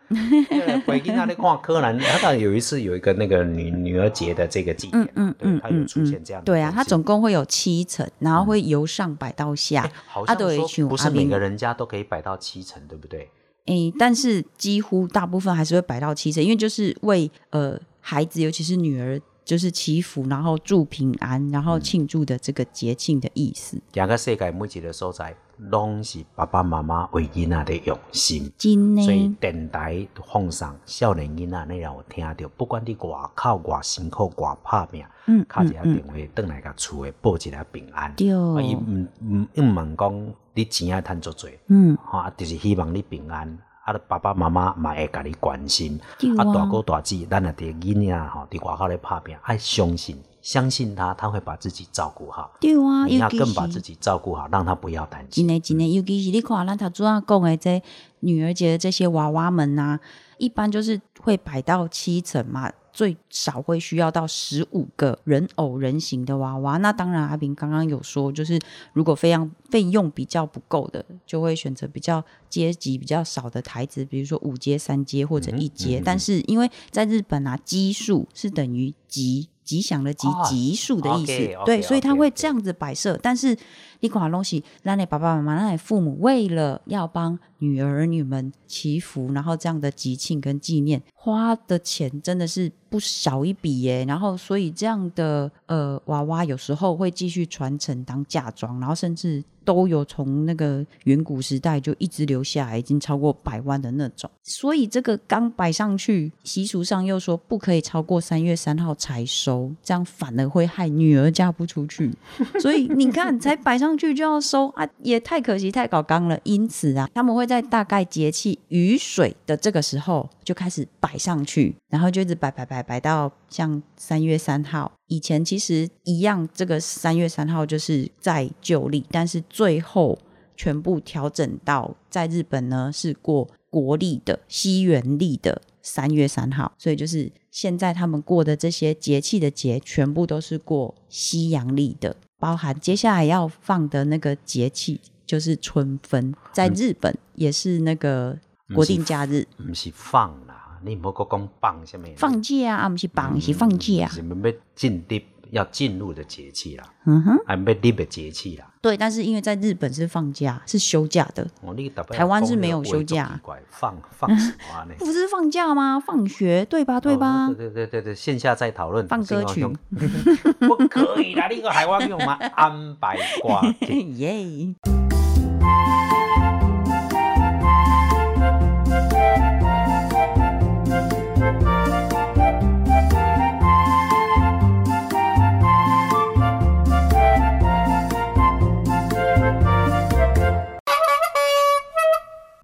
S2: 北京那里看柯南，他当然有一次有一个那个女女儿节的这个祭典
S3: 嗯，嗯
S2: 对
S3: 嗯
S2: 他有
S3: 嗯
S2: 出现
S3: 嗯
S2: 这样，的
S3: 对啊，
S2: 东
S3: 它
S2: 西嗯
S3: 总共会有七层，然后会由上摆到下
S2: 哎，好
S3: 啊
S2: 像
S3: 对
S2: 说
S3: 像
S2: 不是
S3: 阿
S2: 每
S3: 明
S2: 个人家都可以摆到七层，对不对？
S3: 诶，但是几乎大部分还是会摆到七层，因为就是为呃孩子，尤其是女儿。就是祈福，然后祝平安，然
S2: 嗯
S3: 后庆祝的这个节庆的意思。
S2: 行到世界每一个所在，拢是爸爸妈妈为囡仔的用心。
S1: 真
S2: 所以
S1: 诶，
S2: 电台放上少年囡仔，你让有听到，不管你外口偌辛苦、偌打拼，
S3: 嗯
S2: 敲一下电话，转来甲厝诶报一下平安。
S3: 对哦
S2: 啊，伊毋毋伊毋问讲你钱啊趁足多，
S3: 嗯，
S2: 吼、啊，就是希望你平安。啊，爸爸妈妈嘛会甲你关心。
S1: 对
S2: 啊，
S1: 啊
S3: 哦
S2: 大哥大姐，咱也伫囡仔吼，伫外口咧拍拼，爱相信，相信他，他会把自己照顾好。
S1: 对
S3: 哦
S1: 啊，
S2: 你
S1: 尤
S2: 要
S1: 其
S2: 更把自
S1: 是
S2: 己照顾好，让他不要担
S3: 真
S2: 心。
S3: 的真的，尤其是你看咱头拄啊讲的这女儿节的这些娃娃们呐、一般就是会摆到七层嘛，最少会需要到十五个人偶人形的娃娃。那当然，阿平刚刚有说，就是如果费用费用比较不够的，就会选择比较阶级比较少的台子，比如说五阶、三阶或者一
S2: 嗯
S3: 阶。
S2: 嗯嗯
S3: 但是因为在日本啊，基数是等于吉。吉祥的吉
S2: 哦，
S3: 吉数的意思，
S2: OK，OK，
S3: 对，所以他会
S2: OK，OK
S3: 这样子摆设。但是你看东西，让你爸爸妈妈、让你父母为了要帮女儿女们祈福，然后这样的节庆跟纪念，花的钱真的是不少一笔耶。然后，所以这样的呃娃娃有时候会继续传承当嫁妆，然后甚至都呃有从那个远古时代就一直留下来，已经超过百万的那种。所以这个刚摆上去，习俗上又说不可以超过三月三号才收，这样反而会害女儿嫁不出去。 所以你看，才摆上去就要收啊，也太可惜，太搞纲了。因此啊，他们会在大概节气雨水的这个时候就开始摆上去，然后就一直摆摆摆摆到像三月三号。以前其实一样，这个三月三号就是在旧历，但是最后全部调整到在日本呢是过国历的西元历的三月三号，所以就是现在他们过的这些节气的节，全部都是过西洋历的，包含接下来要放的那个节气就是春分，在日本也是那个国定假日。
S2: 毋嗯是放啦，你毋好讲讲放什么。
S3: 放假啊，啊不是绑，
S2: 嗯
S3: 是放假啊。
S2: 是要进入要进入的节气啦，
S3: 嗯哼，
S2: 还要入的节气啦。
S3: 对，但是因为在日本是放假，是休假的，
S2: 哦，你特别
S3: 台湾
S2: 讲
S3: 是没有
S2: 这个话
S3: 休假
S2: 很奇怪放放什么啊呢？
S3: 不是放假吗？放学对吧？对吧？
S2: 哦对对对对对，线下再讨论。
S3: 放歌曲
S2: 我想，不可以啦！你个台湾用嘛安排歌曲
S3: 耶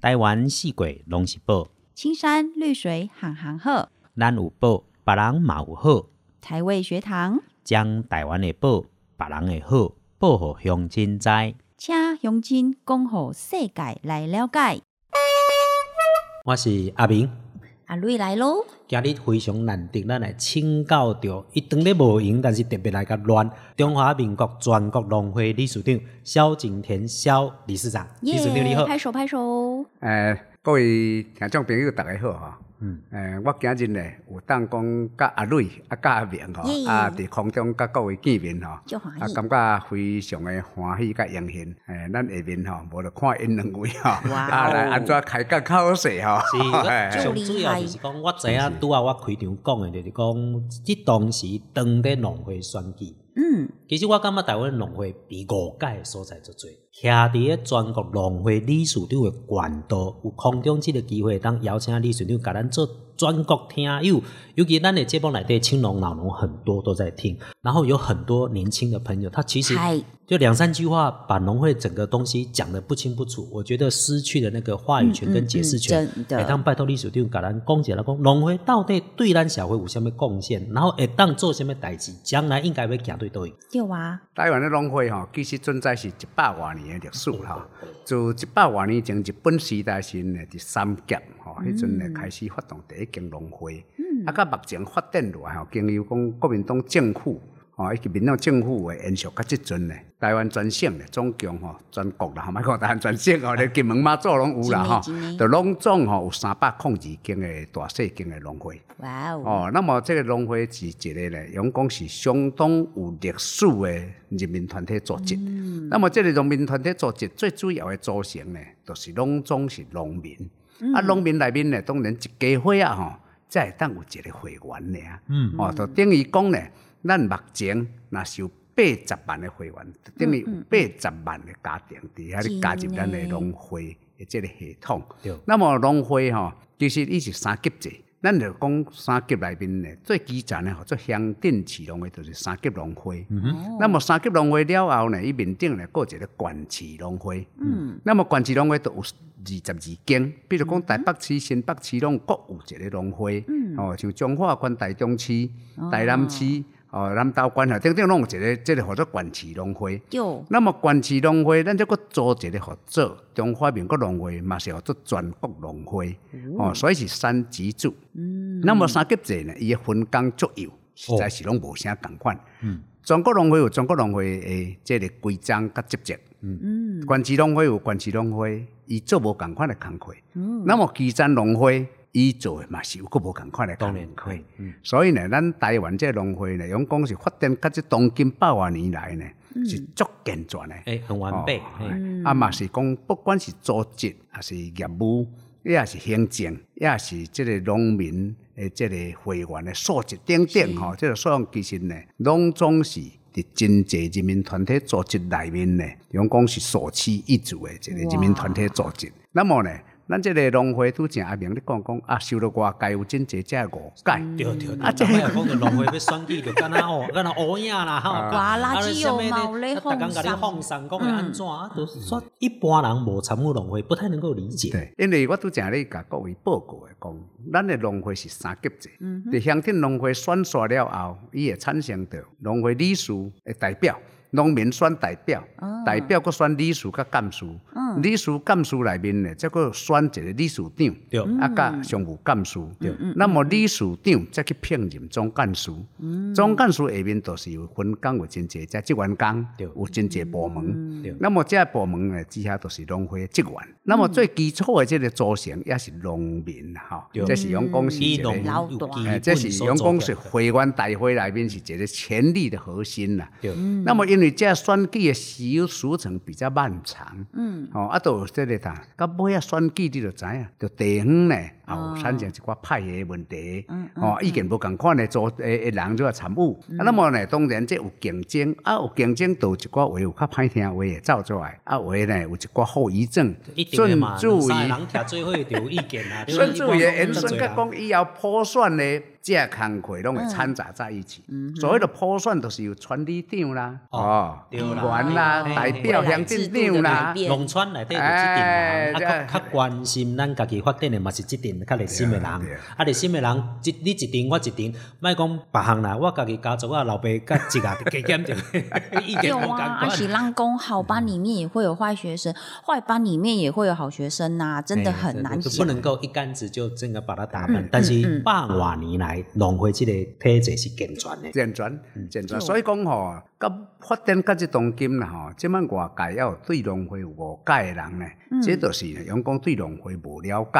S2: 台湾四季拢是宝，
S3: 青山绿水行行鹤，
S2: 咱有宝，别人嘛有好，
S3: 台味学堂，
S2: 将台湾的宝，别人的好，报互乡亲知。
S3: 请乡亲讲互世界来了解。
S2: 我是阿明。
S1: 阿瑞来咯，
S2: 今日非常难得，咱来请教到，伊当日无闲，但是特别来甲乱。中华民国全国农会理事长萧景田萧理事长，理事长你好。
S1: 拍手拍手，
S4: 诶，哎各位听众朋友，大家好哈。
S2: 嗯，
S4: 诶，我今日呢有当讲甲阿瑞、啊甲阿明吼
S1: 耶，
S4: 啊伫空中甲各位见面吼，
S1: 就欢
S4: 啊
S1: 喜。
S4: 感觉非常的欢喜甲荣幸。诶，咱下面吼，无就看因两位吼，
S3: 哇哦
S4: 啊来安怎开讲较好势吼。
S2: 是， 我
S4: 嘿
S2: 上主要就是讲，我知影拄啊，我开场讲的就是讲，即当时当地农会选举，
S3: 嗯，
S2: 其实我感觉台湾农会比五届的所在足多。徛伫咧全国农会理事长的管道，有空中即个机会，当邀请理事长甲咱做全国听友，尤其咱的节目内底青农老农很多都在听，然后有很多年轻的朋友，他其实
S3: 嗯
S1: 嗨，
S2: 就两三句话把农会整个东西讲得不清不楚，我觉得失去了那个话语权跟解释权。
S3: 嗯嗯嗯真的
S2: 会当拜托历史长甲咱讲一下，讲农会到底对咱社会有啥物贡献，然后会当做啥物代志，将来应该要行对倒位。
S3: 对啊，
S4: 台湾的农会吼，其实存在是一百多年的历史啦吼。自一百多年前日本时代时呢，伫三甲吼，迄阵呢开始发动第一间农会，啊，到目前发展落来吼，经由讲国民党政府吼，以及民党政府的延续，到即阵呢，台湾全省呢，总共吼全国啦，吼，莫讲台湾全省吼，连金门马祖拢有啦吼
S3: 真的真的，
S4: 就拢总吼有三百零二间的大小间的农会。
S3: 哇哦，
S4: 哦，那么这个农会是一个呢，用讲是相当有历史的人民团体组
S3: 嗯
S4: 织。那么这个农民团体组织最主要的组成呢，就是拢总是农民。啊，农民内面呢，当然一家伙啊吼，才会当有一个会员尔。
S5: 嗯
S4: 哦，就等于讲咧，咱目前若是有八十万的会员，就等于有八十万的家庭伫遐咧加入咱的农会的即个系统
S2: 对。
S4: 那么农会吼，其实伊是三级制，咱就讲三级内面咧最基层的吼，做乡镇市农会就是三级农会。
S3: 哦
S4: 那么三级农会了后呢，伊面顶咧有一个县市农会。
S6: 嗯，
S4: 那么县市农会都有二十二间，比如讲台北市、新北市拢各有一个农会，哦，像彰化县、台中市、台南市、哦南投县啊，等等拢有一个，即个合作县市农会。
S6: 有
S4: 那么县市农会，咱再搁组一个合作，中华民国农会嘛是合作全国农会，哦，所以是三级制。那么三级制呢，伊的分工作用实在是拢无啥共款。全国农会有全国农会的即个规章甲职责，嗯，县市农会有县市农会，伊做无共款的工课。那么基层农会，伊做的嘛是有个无共款的工
S2: 当然
S4: 课
S2: 可以。嗯
S4: 所以呢，咱台湾这个农会呢，用讲是发展到这当今百外年来呢，是足健全的。
S2: 哎，很完备，
S4: 哦
S2: 哎，
S4: 啊嘛是讲，不管是组织，还是业务，也是行政，也是即个农民诶，即个会员的素质等等吼，即个素养其实呢，拢总是伫真济人民团体组织内面呢，用讲是首屈一指的一个人民团体组织。那么呢，咱即个农会拄正阿明咧讲讲啊，收了外界有真济只误解。
S2: 对对对，啊，这个讲到农会要选举，就敢若吼，敢若乌影啦，吼，
S4: 啊
S2: 啊
S3: 哇垃圾又冒咧
S2: 大家甲你放上讲会安
S4: 嗯
S2: 怎，啊，就是说一般人无参与农会，不太能够理解。
S4: 对，因为我拄则咧甲各位报告诶，讲咱诶农会是三级制，伫乡镇农会选选了后，伊会产生着农会理事诶代表，农民选代表，
S3: 哦
S4: 代表佫选理事甲干事，
S3: 嗯
S4: 理事干事内面呢，则佫选一个理事长。
S2: 对，
S4: 啊，甲常务干事，对。那么理事长再去聘任总干事，总干事下面就是有分工有真济，即职员工
S2: 对嗯
S4: 有真济部门
S2: 对。
S4: 那么这个部门呢，之下都是农会的职员。那么最基础的这个组成也是农民哈，
S2: 对
S4: 这是用讲是一
S2: 以
S4: 个
S2: 农。
S6: 老
S2: 嗯
S6: 大
S2: 有基
S4: 哎，
S2: 本
S4: 这是
S2: 所
S4: 用讲
S2: 做
S4: 是
S2: 的
S4: 会员大会内面是一个权力的核心啦。
S2: 对，
S4: 那么因为这选举的时时程比较漫长，嗯，哦，啊，都有这个啦，到尾啊选举你就知影，就地方呢，也有产生一寡派系的问题，哦，意见无共款的组诶诶人就要参与，啊，那么呢，当然这有竞争，啊，有竞争，就有一寡话有较歹听的话会走出来，啊，话呢有一寡后遗症
S2: 一，定的嘛，
S4: 至于
S2: 三个人徛做伙就有意见啦。
S4: 甚至于延伸
S2: 个
S4: 甲讲以后普选咧，这工课拢会掺杂在一起。所谓的普选，就是有村里长啦、哦
S2: 对啦
S4: 员啦、
S2: 对
S4: 代表乡镇长啦。
S2: 农村内底就
S4: 哎
S2: 即阵人，啊，较
S4: 这
S2: 较关心咱家己发展的嘛是即阵较热心的人，
S4: 对啊
S2: 啊，热心的人，一你一阵我一阵，莫讲别项啦，我家己家族啊，老爸甲一啊加减 就意见哎
S3: 有
S2: 无共
S3: 啊，阿
S2: 款。
S3: 喜浪工好班里面也会有坏学生，坏班里面也会有好学生呐、真的很难嗯
S2: 就
S3: 讲。
S2: 不能够一竿子就真的把它打翻。但是百外年来，农会这个体制是健全的。
S4: 健全，健全，所以讲吼，甲发展到这当今啦吼，即摆外界也有对农会有误解的人呢，这就是用讲对农会无了解，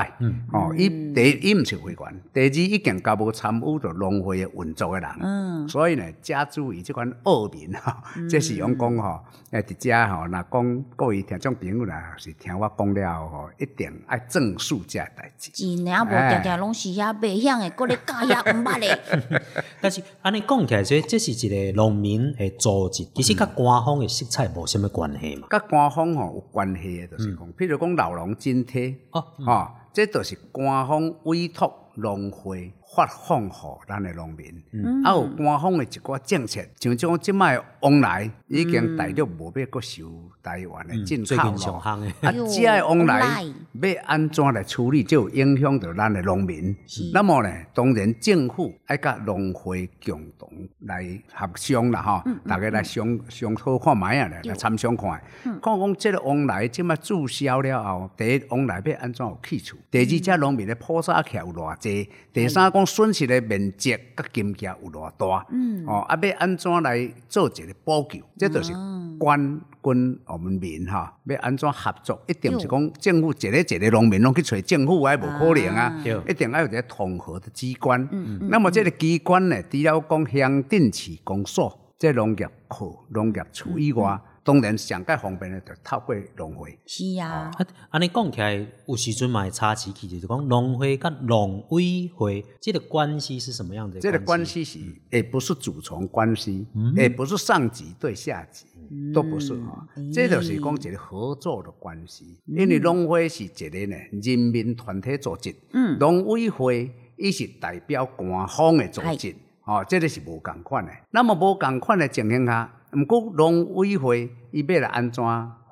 S4: 吼，伊第一伊毋是会员，第二已经较无参与着农会的运作的人，
S3: 嗯
S4: 所以呢，加注意即款恶名吼，这是用讲吼，诶，伫遮吼，若讲各位听众朋友啦，是听我讲了后吼，一定爱正视这代志。
S3: 一年无
S2: 哎
S3: 定定拢是遐 白晓的，搁咧教遐毋捌的。
S2: 但是安尼讲起来，这这是一个农民的组织，其实甲官方的色彩无什么关系
S3: 嗯
S2: 嘛。
S4: 甲官方吼有关系的，就是讲，譬如讲老农津贴，
S2: 哦
S4: 吼、这就是官方委托农会发放互咱的农民，
S2: 嗯
S4: 啊有官方的一寡政策，像种即摆往来已经大陆无要搁收台湾的进口
S2: 嗯最近上
S4: 咯。
S2: 行的。
S4: 啊，
S3: 哟
S4: 这个往
S3: 往
S4: 来
S3: 来
S4: 要安怎来处理，就有影响到咱的农民。那么呢，当然政府爱甲农会共同来协商啦，吼，大家来商商讨看卖啊咧，来参详看。看讲这个往来即摆注销了后，第一往来要安怎有去处，第二只农民的普查起来有偌济，第三讲损失的面积甲金额有偌大，哦，啊要安怎来做一个补救，这就是官。跟我们民哈、要安怎合作，一定是讲政府一个一个农民拢去找政府，还无可能啊
S2: 对，
S4: 一定要有一个统合的机关。那么这个机关呢，除了讲乡镇市公所、这农业课、农业处以外，当然上界方便的就透过农会。
S6: 是啊，
S2: 啊，安尼讲起来，有时阵嘛会差起去，就是讲农会跟农委会这个关系是什么样的？
S4: 这个关，系是也不是主从关系，也不是上级对下级，都不是哈。这就是讲一个合作的关系，因为农会是一个呢人民团体组织，
S2: 嗯
S3: 嗯
S4: 农委会伊是代表官方的组织，哦，这个是无共款的。那么无共款的情形下，毋过农委会伊要来安怎？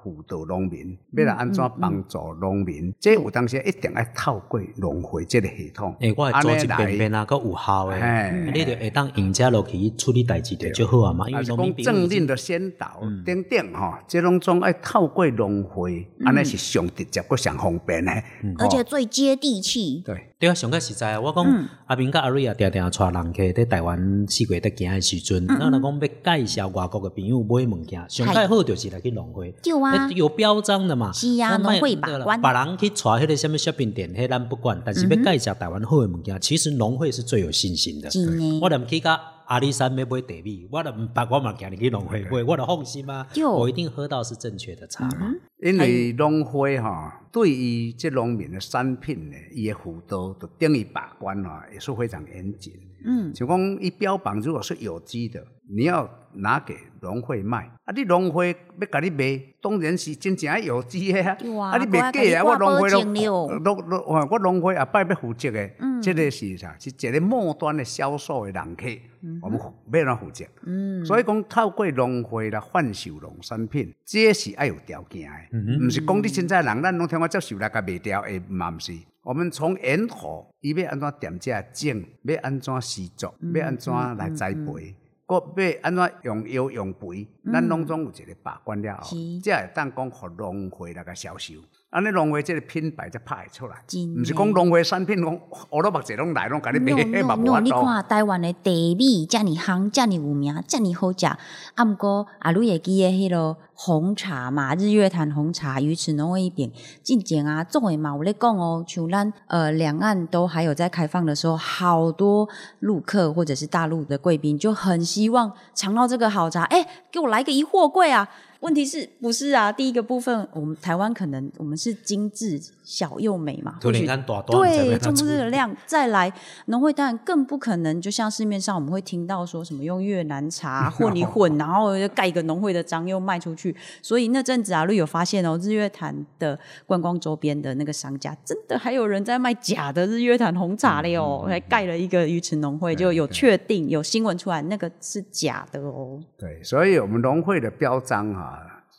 S4: 辅导农民，要来安怎帮助农
S2: 嗯
S4: 民？这有当时一定要透过农会这个系统，
S2: 诶、我会做一
S4: 安尼来
S2: 遍遍啊，个有效诶，啊
S4: 嘿
S2: 你就会当用遮落去处理代志就就好啊嘛，因
S4: 啊，
S2: 为
S4: 是
S2: 农民朋
S4: 讲政
S2: 友
S4: 令的先导
S2: 嗯
S4: 等等吼，这拢总爱透过农会，
S2: 嗯
S4: 安尼是上直接搁上方便的，
S3: 而且
S4: 哦
S3: 最接地气，
S4: 对，
S2: 对啊，上个实在啊，我讲阿明甲阿瑞啊，定定带人客在台湾四界在行的时阵，咱若讲要介绍外国的朋友买物件，上介好就是来去农会，
S3: 对啊
S4: 哎
S2: 那哎有标章的嘛。
S3: 是啊，
S2: 咱
S3: 农
S2: 莫
S3: 会
S2: 对
S3: 把
S2: 啦
S3: 关嗯
S2: 别，人去带迄个什么 shopping 店，迄咱不管，但是要介绍台湾好的物件，其实农会是最有信心的。
S3: 真的
S2: 我连去到阿里山要买地米，我都毋捌，我嘛行入去农会买，我都放心啊，
S3: 对嗯
S2: 我一定喝到是正确的茶嘛。
S4: 因为
S3: 哎
S4: 农会吼，对于这农民的产品呢，伊的辅导就等于把关吼，也是非常严谨。
S6: 嗯，
S4: 就讲伊标榜如果是有机的，你要拿给农会卖，啊，你农会要甲你卖，当然是真正有机的啊
S3: 对，啊
S4: 啊，你卖假的，
S3: 我
S4: 我
S3: 还跟你
S4: 农
S3: 挂保证了嗯
S4: 会都农农，我我农会啊，拜要负责的，这个是啥？是一个末端的销售的人客，
S3: 嗯
S4: 我们要怎负责？
S6: 嗯，
S4: 所以讲透过农会来贩售农产品，这是要有条件的，
S2: 嗯哼
S4: 唔是讲你现在人咱拢听我接受来甲卖掉，诶，嘛毋是。我们从源头，伊要安怎点价种，要安怎施作，
S6: 嗯
S4: 要安怎来栽培，搁要安怎用药用肥，咱拢总有一个把关了后
S6: 嗯是，
S4: 才会当讲互农会来甲销售。安尼农会这个品牌才拍会出来，
S6: 真
S4: 毋是
S6: 的
S4: 讲农会产品讲乌鲁目者拢来拢甲你卖，
S6: no
S4: 迄
S6: no
S4: 嘛无法
S6: no，你
S4: 度。
S6: 看台湾的地米遮尼香，遮尼有名，遮尼好食。啊，毋过啊，你会记诶迄落红茶嘛，日月潭红茶、鱼池农会一边，进前啊，总会嘛有咧讲哦，像咱呃两岸都还有在开放的时候，好多陆客或者是大陆的贵宾就很希望尝到这个好茶，诶，给我来个一货柜啊！问题是不是啊？第一个部分，我们台湾可能我们是精致小又美嘛，
S2: 突
S6: 或
S2: 然
S6: 许
S2: 间大段
S6: 对，重不热量。再来，农会当然更不可能，就像市面上我们会听到说什么用越南茶混一混，然后又盖一个农会的章又卖出去。所以那阵子啊，绿有发现哦，日月潭的观光周边的那个商家，真的还有人在卖假的日月潭红茶嘞哦，还盖了一个鱼池农会，就有确定有新闻出来，那个是假的哦。
S4: 对，所以我们农会的标章哈、啊，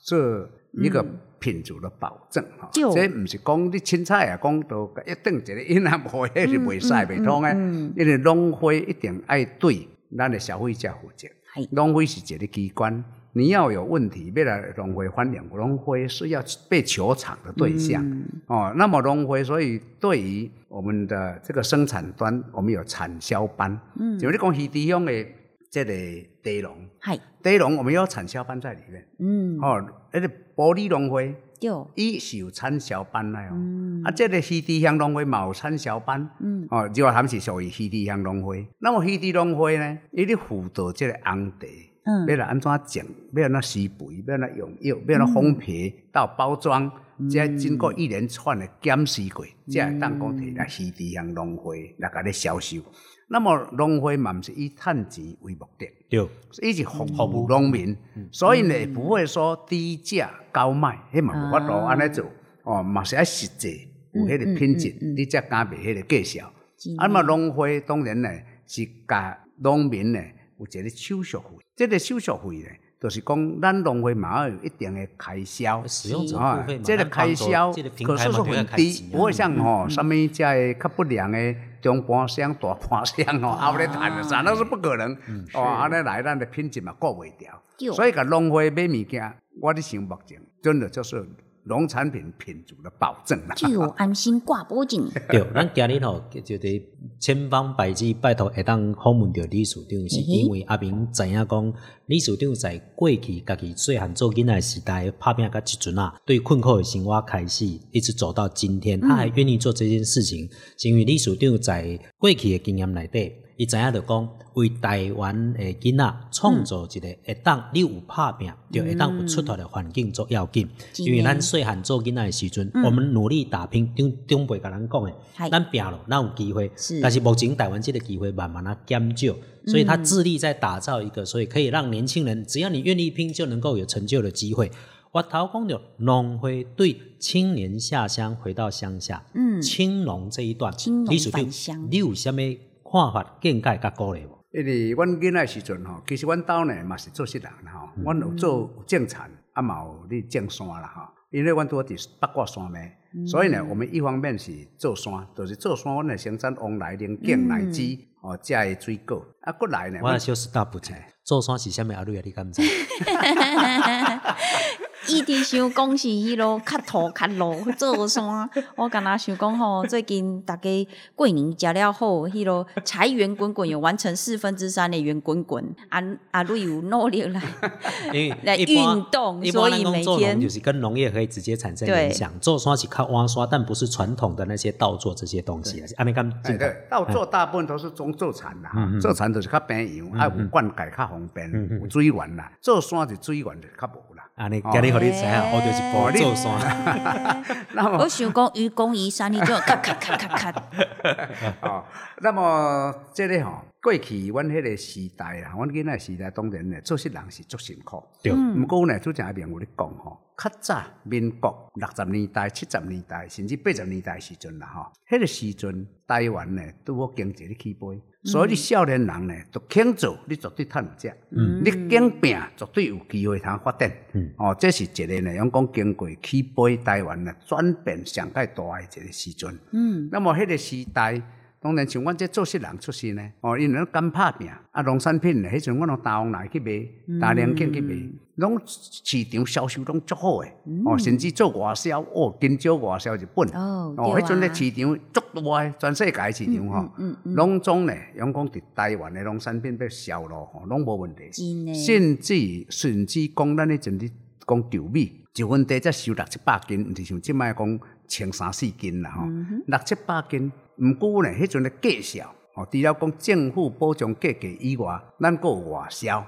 S4: 做一个品质的保证哈、
S6: 对
S4: 这不是讲你凊彩啊，讲到一顿一个因啊无，迄是袂使袂通的，
S3: 嗯
S4: 因为农会一定爱对咱的消费者负责
S6: 是。
S4: 农会是一个机关，你要有问题要来农会反映，农会是要被球场的对象。
S3: 嗯
S4: 哦，那么农会，所以对于我们的这个生产端，我们有产销班，嗯，就是你讲鱼池乡的这个地农，
S6: 嗨，
S4: 地农我们有产销班在里面，
S6: 嗯，
S4: 哦，那个玻璃农会，
S6: 对，
S4: 伊是有产销班的哦，
S6: 嗯
S4: 啊，这个溪地乡农会嘛有产销班，嗯，哦，就他们是属于溪地乡农会。那么溪地农会呢，伊咧辅导这个红茶，
S6: 嗯
S4: 要来安怎种，要安怎施肥，要安怎用药，要安怎烘焙到包装，
S6: 嗯
S4: 再经过一连串的检视过，才会当讲摕来溪地乡农会来甲你销售。那么农会嘛，毋是以趁钱为目的。
S2: 对。
S4: 一直服务嗯农民，所以呢不会说低价高卖，迄嘛无法度安尼做，哦，嘛是要实际有迄个品质，你才敢卖迄个价钱。啊嘛，农会当然呢是甲农民呢有一个手续费，这个手续费呢，就是讲咱农会嘛要有一定的开销，
S2: 使用者
S4: 啊
S2: 付费，嘛，
S4: 这个
S2: 咱帮
S4: 开
S2: 助
S4: 销
S2: 这个平
S4: 可
S2: 台
S4: 是
S2: 嘛
S4: 说
S2: 就要
S4: 很
S2: 开
S4: 低
S2: 钱，啊
S4: 不会像吼什么这些较不良的中盘商、大盘商吼，后来谈的啥那是不可能。哦，安尼来咱的品质嘛顾袂
S3: 对
S4: 掉，所以甲农会买物件，我咧想目前真的就是农产品品质的保证啦。
S3: 就安心挂保证，
S2: 对，咱今日吼，就得千方百计拜托会当访问到李处长，是因为阿明知影讲，李处长在过去家己细汉做囡仔的时代拍拼到即阵啊，对困苦的生活开始，一直走到今天，他还愿意做这件事情，是因为李处长在过去的经验内底。伊知影就讲为台湾的囡仔创造一个会当你有拍拼，就会当有出头的环境足要紧。因为咱细汉做囡仔的时阵，
S6: 嗯
S2: 我们努力打拼，长长辈甲咱讲的
S6: 嗨，
S2: 咱拼了，咱有机会
S6: 哎是。嗯
S2: 但是目前台湾这个机会慢慢啊减少，所以他致力在打造一个，所以可以让年轻人，只要你愿意拼，就能够有成就的机会。我头讲着农会对青年下乡回到乡下，
S6: 嗯
S2: 青农这一段，
S6: 青农
S2: 李署长
S6: 返乡
S2: 你有啥物看法、见解甲鼓励无？
S4: 因为阮囡仔的时阵吼，其实阮兜呢嘛是做穑人啦吼，
S2: 嗯
S4: 阮有做有种田，啊嘛有咧种山啦吼。因为阮拄好伫八卦山脉，
S2: 嗯
S4: 所以呢，我们一方面是做山，就是做山，阮会生产往来龙井、荔枝哦，遮的水果。啊，过来呢，
S2: 嗯我
S4: 阮
S2: 来小 stop 一下
S4: 哎，
S2: 做山是啥物阿瑞啊？你敢知？
S3: 一直想讲是迄落较土较路做山，我敢若想讲吼，最近大家过年食了好，迄落财源滚滚有完成四分之三的圆滚滚，啊啊，瑞有努力来，
S2: 因为
S3: 来
S2: 一般
S3: 运动
S2: 一般
S3: 所以
S2: 咱讲
S3: 每
S2: 做
S3: 天
S2: 农就是跟农业可以直接产生影响。做山是靠挖刷，但不是传统的那些稻作这些东西啊。是安尼敢
S4: 哎
S2: 进
S4: 对
S2: 来？，
S4: 到做大部分都是种做田啦，哈
S2: 嗯嗯嗯
S4: 做田就是较平洋，啊有灌溉较方便
S2: 嗯嗯，
S4: 有水源啦。做山就水源就较无啦。
S2: 安尼
S4: 哦
S2: 今日互你知影，
S3: 哎
S2: 我就是不做山。
S3: 山。
S4: 那么
S3: 我想讲愚公移山，你就咔咔咔咔咔，
S4: 哦，那么这个吼、过去阮迄个时代啊，阮囡仔时代当然呢，做事人是足辛苦。
S2: 对，
S3: 嗯
S4: 毋过呢，拄则阿明有咧讲吼，较早民国六十年代、七十年代，甚至八十年代的时阵啦吼，迄个时阵台湾呢，拄好经济咧起飞，所以你少年人呢，都肯做，你绝对趁有食。
S2: 嗯
S4: 你肯拼，绝对有机会通发展。
S2: 嗯
S4: 哦，这是一个呢，用讲经过起飞台湾呢转变上界大诶一个时阵。
S6: 嗯，
S4: 那么迄个时代，当然像阮这做事人出身呢，哦，因为拢敢拍拼，啊，农产品呢，迄阵阮拢大王来去
S6: 嗯
S4: 卖，大良景去卖，拢市场销售拢足好诶，哦，甚至做外销，哦，紧少外销日本，
S6: 嗯哦
S4: 哦，
S6: 对
S4: 迄阵咧
S6: 啊
S4: 市场足大诶，全世界的市场吼，拢总呢，用讲伫台湾诶农产品要销路吼，拢无问题。
S6: 真诶，
S4: 甚至甚至讲咱迄阵咧讲稻米，一分地才收六七百斤，毋是像即摆讲千三四斤啦吼，六七百斤。毋过呢，迄阵咧介绍，吼，除了讲政府保障价格以外，咱阁有外销，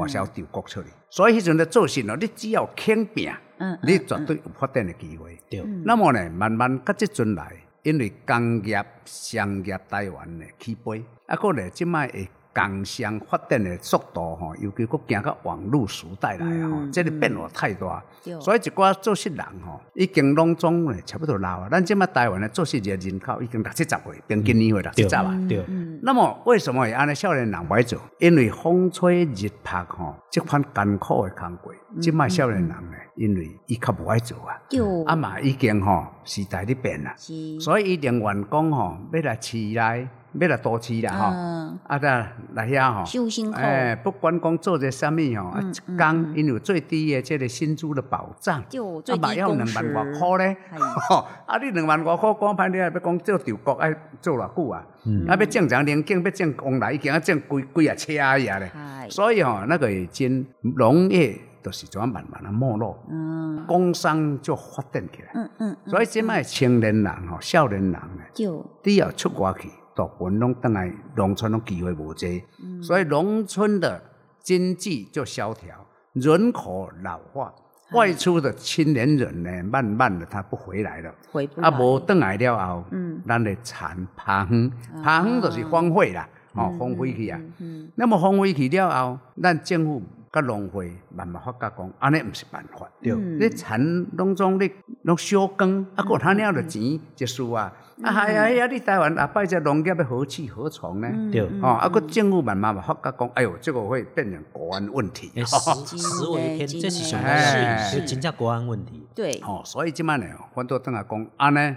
S4: 外销稻国出去。所以迄阵咧做事哦咯，你只要肯拼，
S6: 嗯
S4: 你绝对有发展的机会。
S2: 对，
S3: 嗯
S4: 那么呢，慢慢到即阵来，因为工业、商业台湾呢起飞，啊，个呢，即摆诶工商发展的速度吼，尤其佫行到网络时代来啊吼，即个变化太大，所以一寡做事人吼，已经拢总呢差不多老啊。咱即摆台湾的做事业人口已经六七十岁，平均年岁六七
S2: 对
S4: 十
S3: 嗯
S4: 啊。
S2: 对，
S4: 那么为什么会安尼少年人歹做？因为风吹日晒吼，即款艰苦的工过，即摆少年人呢，因为伊较无爱做啊。
S3: 就
S4: 啊嘛已经吼时代咧变啦，
S3: 是
S4: 所以伊宁愿讲吼要来市内，要来都市啦吼，
S3: 嗯，
S4: 啊再来遐吼，
S3: 修辛苦，
S4: 哎，不管讲做者啥物吼，啊
S6: 嗯
S4: 一工因有最低的即个薪资的保障，
S3: 就最
S4: 啊嘛
S3: 低
S4: 要
S3: 工
S4: 两
S3: 时
S4: 万外箍咧
S6: 哎，
S4: 吼，啊你两万外箍讲歹，你啊要讲做中国要做偌久啊？
S2: 嗯
S4: 啊要正常年景，要正往来，已经啊正几几啊车啊咧，
S6: 嗨，
S4: 所以吼那个已经农业就是怎样慢慢的没落，
S6: 嗯
S4: 工商就发展起来。
S6: 嗯嗯，
S4: 所以即摆青年人吼、少年人呢，
S6: 就
S4: 你要出外去，大部分拢倒来农村拢机会无济，
S6: 嗯
S4: 所以农村的经济就萧条，人口老化，
S6: 啊
S4: 外出的青年人呢，慢慢的他不回来了，
S6: 回不来
S4: 啊，无倒来了后，
S6: 嗯啊
S4: 咱的田旁远，旁远就是荒废啦，吼、荒废去啊。
S6: 嗯
S4: 那么荒废去了后，咱政府甲农会慢慢发觉讲，安尼毋是办法。
S2: 对
S4: 你田拢总你拢小耕，啊，个他了着钱一输啊，啊，哎呀哎呀，你台湾下摆只农业要何去何从呢？
S3: 嗯
S2: 对。
S4: 哦，啊，个政府慢慢嘛发觉讲，哎呦，这个会变成国安问题。
S2: 诶，哎十十五一天，这是什么
S4: 哎
S2: 事？是真正国安问题。
S6: 对，
S4: 哦，所以即摆呢，反倒等下讲，安尼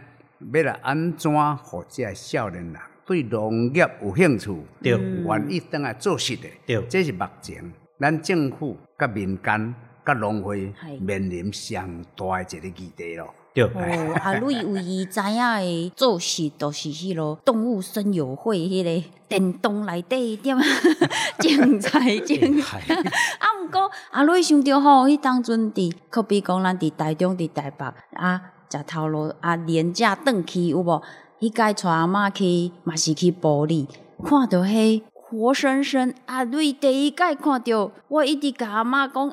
S4: 要来安怎，互这些少年人对农业有兴趣，
S2: 对
S4: 愿意等下做事的，
S2: 对
S4: 这是目前咱政府甲民间甲农会
S6: 是
S4: 面临上大的一个议题咯。
S2: 对，
S6: 哦，啊，你有伊知影诶，做事都是迄啰动物声友会迄个电动内底点啊， 精彩精
S2: 哎
S6: 彩。啊，毋过啊，你想着吼，迄当阵伫，可比讲咱伫台中、伫台北啊，食头路啊，廉价转去有无？迄届带阿嬷去，嘛是去玻璃，
S3: 看到迄活生生阿瑞第一界看到，我一直甲阿嬷讲，阿嬷阿嬷，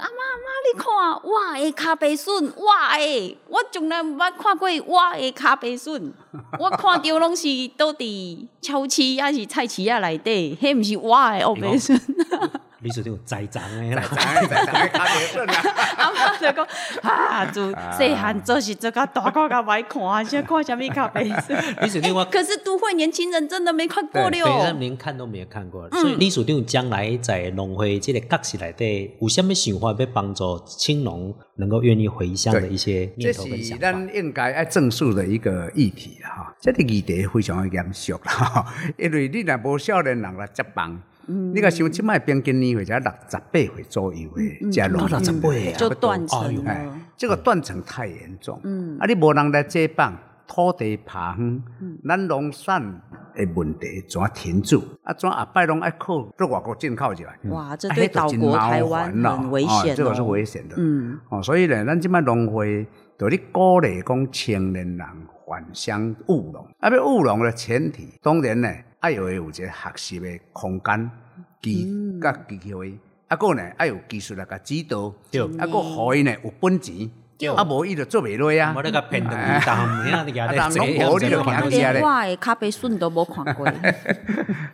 S3: 你看我的骹白笋，我的，我从来毋捌看过我的骹白笋，我看到拢是倒伫超市还是菜市啊内底，迄毋是我的哦黑白笋。
S2: 你是这种栽赃的 啦，
S4: 哎，在在咖啡顺啊，
S3: 阿嬷就讲，啊，自细汉做是做甲大个甲歹看，现在看啥物较白色。
S2: 你是另外。
S3: 可是都会年轻人真的没看过了
S2: 对，咱
S3: 哦。
S2: 连看都没有看过，所以李署长将来在农会这个角色里底，有什么想法要帮助青农能够愿意回乡的一些
S4: 这
S2: 念头跟
S4: 是
S2: 想法？
S4: 咱应该要正视的一个议题啦哈。这个议题非常的严肃啦，哈因为你若无少年人来接棒。你若想即摆平均年岁才六十八岁左右
S3: 嗯
S4: 的，才六
S2: 六十八岁啊
S3: 就断层
S4: 哎呦
S3: 了
S4: 哎这个断层太严重，
S3: 嗯
S4: 啊，你无人来接棒，土地爬荒，咱农产的问题怎停住？啊，怎下摆拢爱靠到外国进口入来？
S3: 哇，这
S4: 啊
S3: 对
S4: 那就
S3: 岛
S4: 真
S3: 国
S4: 麻
S3: 台
S4: 烦
S3: 湾
S4: 咯
S3: 很危
S4: 哦
S3: 险、哦
S4: 这个是危险的。
S3: 嗯，
S4: 哦，所以呢，咱即摆农会就咧鼓励讲青年人返乡务农，啊，要务农的前提，当然呢，爱有有一个学习的空间、机甲机会，啊，个呢爱有技术来甲指导，
S2: 对
S4: 啊，个互伊呢有本钱，啊，无伊就做袂落啊
S2: 我。那个片头片头，唔要你
S4: 啊人拢无你就行
S3: 我
S4: 对啊
S3: 连
S4: 嘞
S3: 我的咖啡顺都无看过。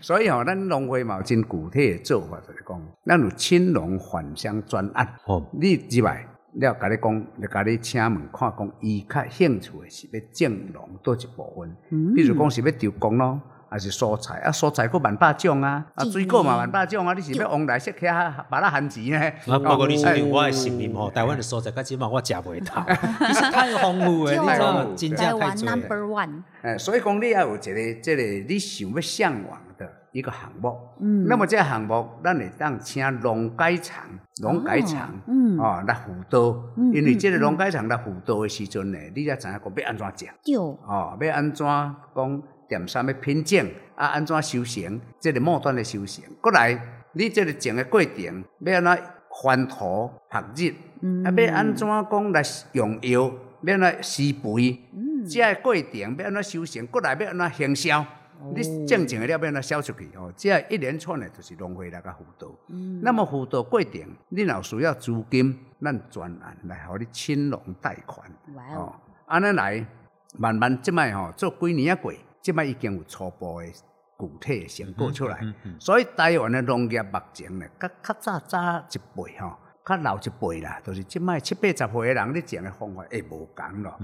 S4: 所以吼、咱农会嘛有真具体的做法，就是讲，咱有青农返乡专案。
S2: 哦
S4: 你入来了，甲你讲，就甲你请问看，讲伊较兴趣的是要种农倒一部分，比如讲是要丢工咯。还是蔬菜啊，蔬菜佫万把种啊，啊水果嘛万把种啊，你是要往来说起啊，把那番薯呢？
S2: 啊，不过你
S4: 哦
S2: 是我的承认吼，台湾的蔬菜，到即嘛我食袂到，你是太丰富诶，
S3: 对
S2: 你知道吗
S4: 对
S2: 真
S3: 台
S2: 正太
S3: 湾
S2: 多
S3: Number
S2: 了。
S3: One，
S4: 哎，所以讲你要有一个这个你想要向往的一个项目。嗯，那么这个项目，咱会当请农改场、农改场，嗯，哦，来辅导，因为这个农改场来辅导的时阵呢，你才知影讲要安怎食，
S3: 对，
S4: 哦，要安怎讲点啥物品种，啊，安怎修行，这个末端的修行，过来，你这个种的过程要安怎翻土、曝日，啊，要安怎讲来用药，要安怎施肥，即个过程要安怎修行，过来要安怎行销。你正经的了，要安怎销出去哦？即个一连串的，就是浪费那个辅导。那么辅导过程，你若有需要资金，咱专案来互你青龙贷款。
S3: 哇哦，
S4: 哦，安尼来，慢慢即摆吼做几年啊过，即摆已经有初步的具体的成果出来。
S2: 嗯
S4: 所以台湾的农业目前呢，较较早早一辈吼，较老一辈啦，就是即摆七八十岁的人咧种的方法会无共咯。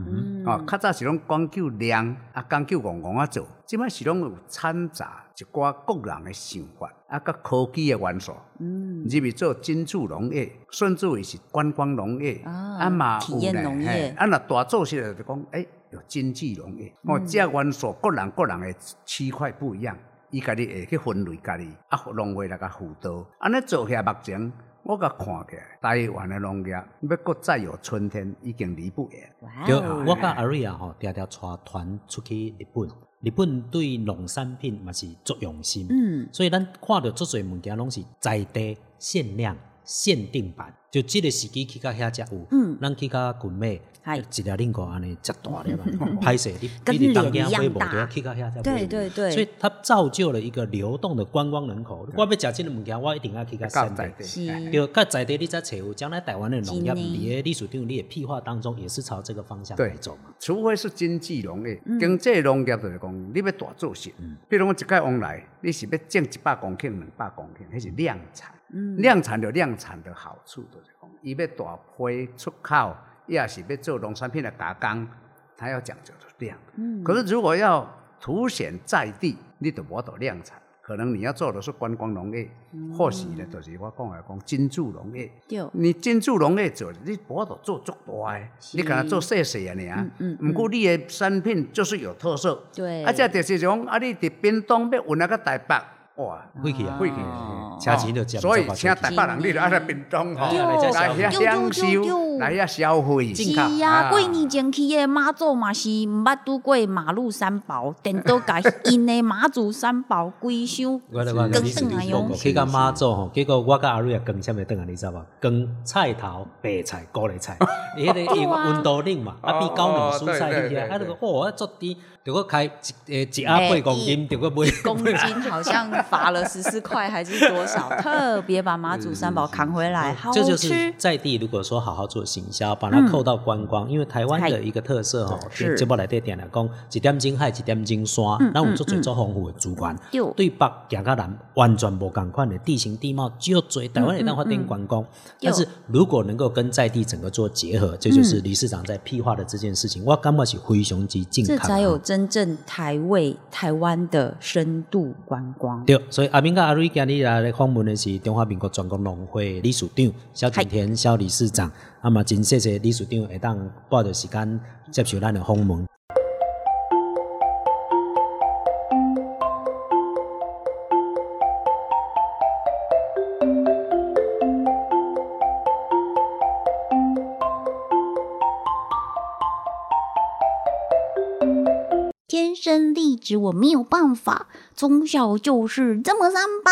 S4: 哦，较早是拢讲究量，啊讲究戆戆啊做，即摆是拢有掺杂一寡个人的想法，啊甲科技的元素。入去做金属农业，甚至于是观光农业，
S3: 啊
S4: 嘛
S3: 体
S4: 有
S3: 验
S4: 呢
S3: 农业
S4: 嘿啊，若大做起来就讲，诶、有经济农业，
S3: 嗯
S4: 哦，这元素个人个人的区块不一样，伊家己会去分类家己，啊，农会来甲辅导，安尼做起来目前。我甲看起来，台湾的农业要搁再有春天，已经离不远。
S3: 哇
S2: 对，
S3: 哦，
S2: 我甲阿瑞啊吼，常常带团出去日本，日本对农产品嘛是足用心，
S3: 嗯，
S2: 所以咱看到足侪物件拢是在地限量。限定版，就即个时机去到遐才有，
S3: 嗯
S2: 咱去到群美，
S3: 嗨嗯
S2: 一粒恁个安尼遮大粒啊， 歹势你
S3: 跟
S2: 你伫东
S3: 脸
S2: 京
S3: 一样
S2: 买无
S3: 大
S2: 着，去到遐才买
S3: 对对对嗯
S2: 所以它造就了一个流动的观光人口。我要食即个物件，我一定要去到
S4: 到
S2: 山
S4: 在
S2: 地。
S4: 地，
S3: 是
S4: 哎
S2: 对，甲在地你才找有，将来台湾的农业，
S3: 真的
S2: 你的历史定你的屁话当中也是朝这个方向
S4: 对
S2: 来走嘛。
S4: 除非是经济农业，经济农业就是讲你要大做事。比如讲一届往来，你是要种一百公顷、两百公顷，那是量产。量产有量产的好处，就是讲伊要大批出口，伊也是要做农产品的加工，它要讲究的量。
S3: 嗯
S4: 可是如果要凸显在地，你就无得量产。可能你要做的是观光农业，或许呢，就是我讲的讲金柱农业。
S3: 对，
S4: 你进驻农业做，你无度做足大诶，你敢若做细细诶尔。
S3: 嗯
S4: 毋过你诶产品就是有特色。
S3: 对
S4: 啊，这就是讲啊，你伫屏东要运啊到台北，哇！
S2: 会去啊，
S4: 会去
S6: 哦，
S2: 车钱就接啊
S4: 所以请台北人你就爱来屏东吼，
S2: 对
S4: 来遐享受，来遐消费，
S2: 进口
S3: 是啊，几年前去的马祖嘛是毋捌拄过马路三宝，颠倒甲因的马祖三宝规箱
S2: 我咧我咧，
S3: 跟
S2: 你
S3: 上来
S2: 你
S3: 啊用
S2: 去到妈祖吼，结果我甲阿瑞啊光啥物顿啊，你知无？光菜头、白菜、高丽 菜，伊迄个因为温度冷嘛，啊
S4: 哦
S2: 比高冷蔬菜迄
S4: 对对
S2: 个，啊那
S4: 对
S2: 个哦，啊足甜，着搁开一诶一盒八公斤，着搁 买
S3: 公斤，好像罚了十四块还是多少，特别把马祖三宝扛回来，好
S2: 这
S3: 吃。嗯
S2: 就是在地，如果说好好做行销，把它扣到观光，因为台湾的一个特色哦吼，
S3: 是嗯
S2: 节目内底定来讲，一点钟海，一点钟山，咱有足侪足丰富的资源，
S3: 对
S2: 对北行到南完全无共款的地形地貌，只有最台湾会当发
S3: 嗯
S2: 展观光。但是如果能够跟在地整个做结
S3: 嗯
S2: 合，这就是理事长在屁话的这件事情，我感觉是非常之健
S6: 这
S2: 康。
S6: 才有真正台味台湾的深度观光。
S2: 对，所以阿明跟阿瑞今日来访问的是中华民国全国农会理事长萧景田萧理事长，啊嘛真谢谢理事长会当拨着时间接受咱的访问。
S3: 天生丽质我没有办法，从小就是这么三八。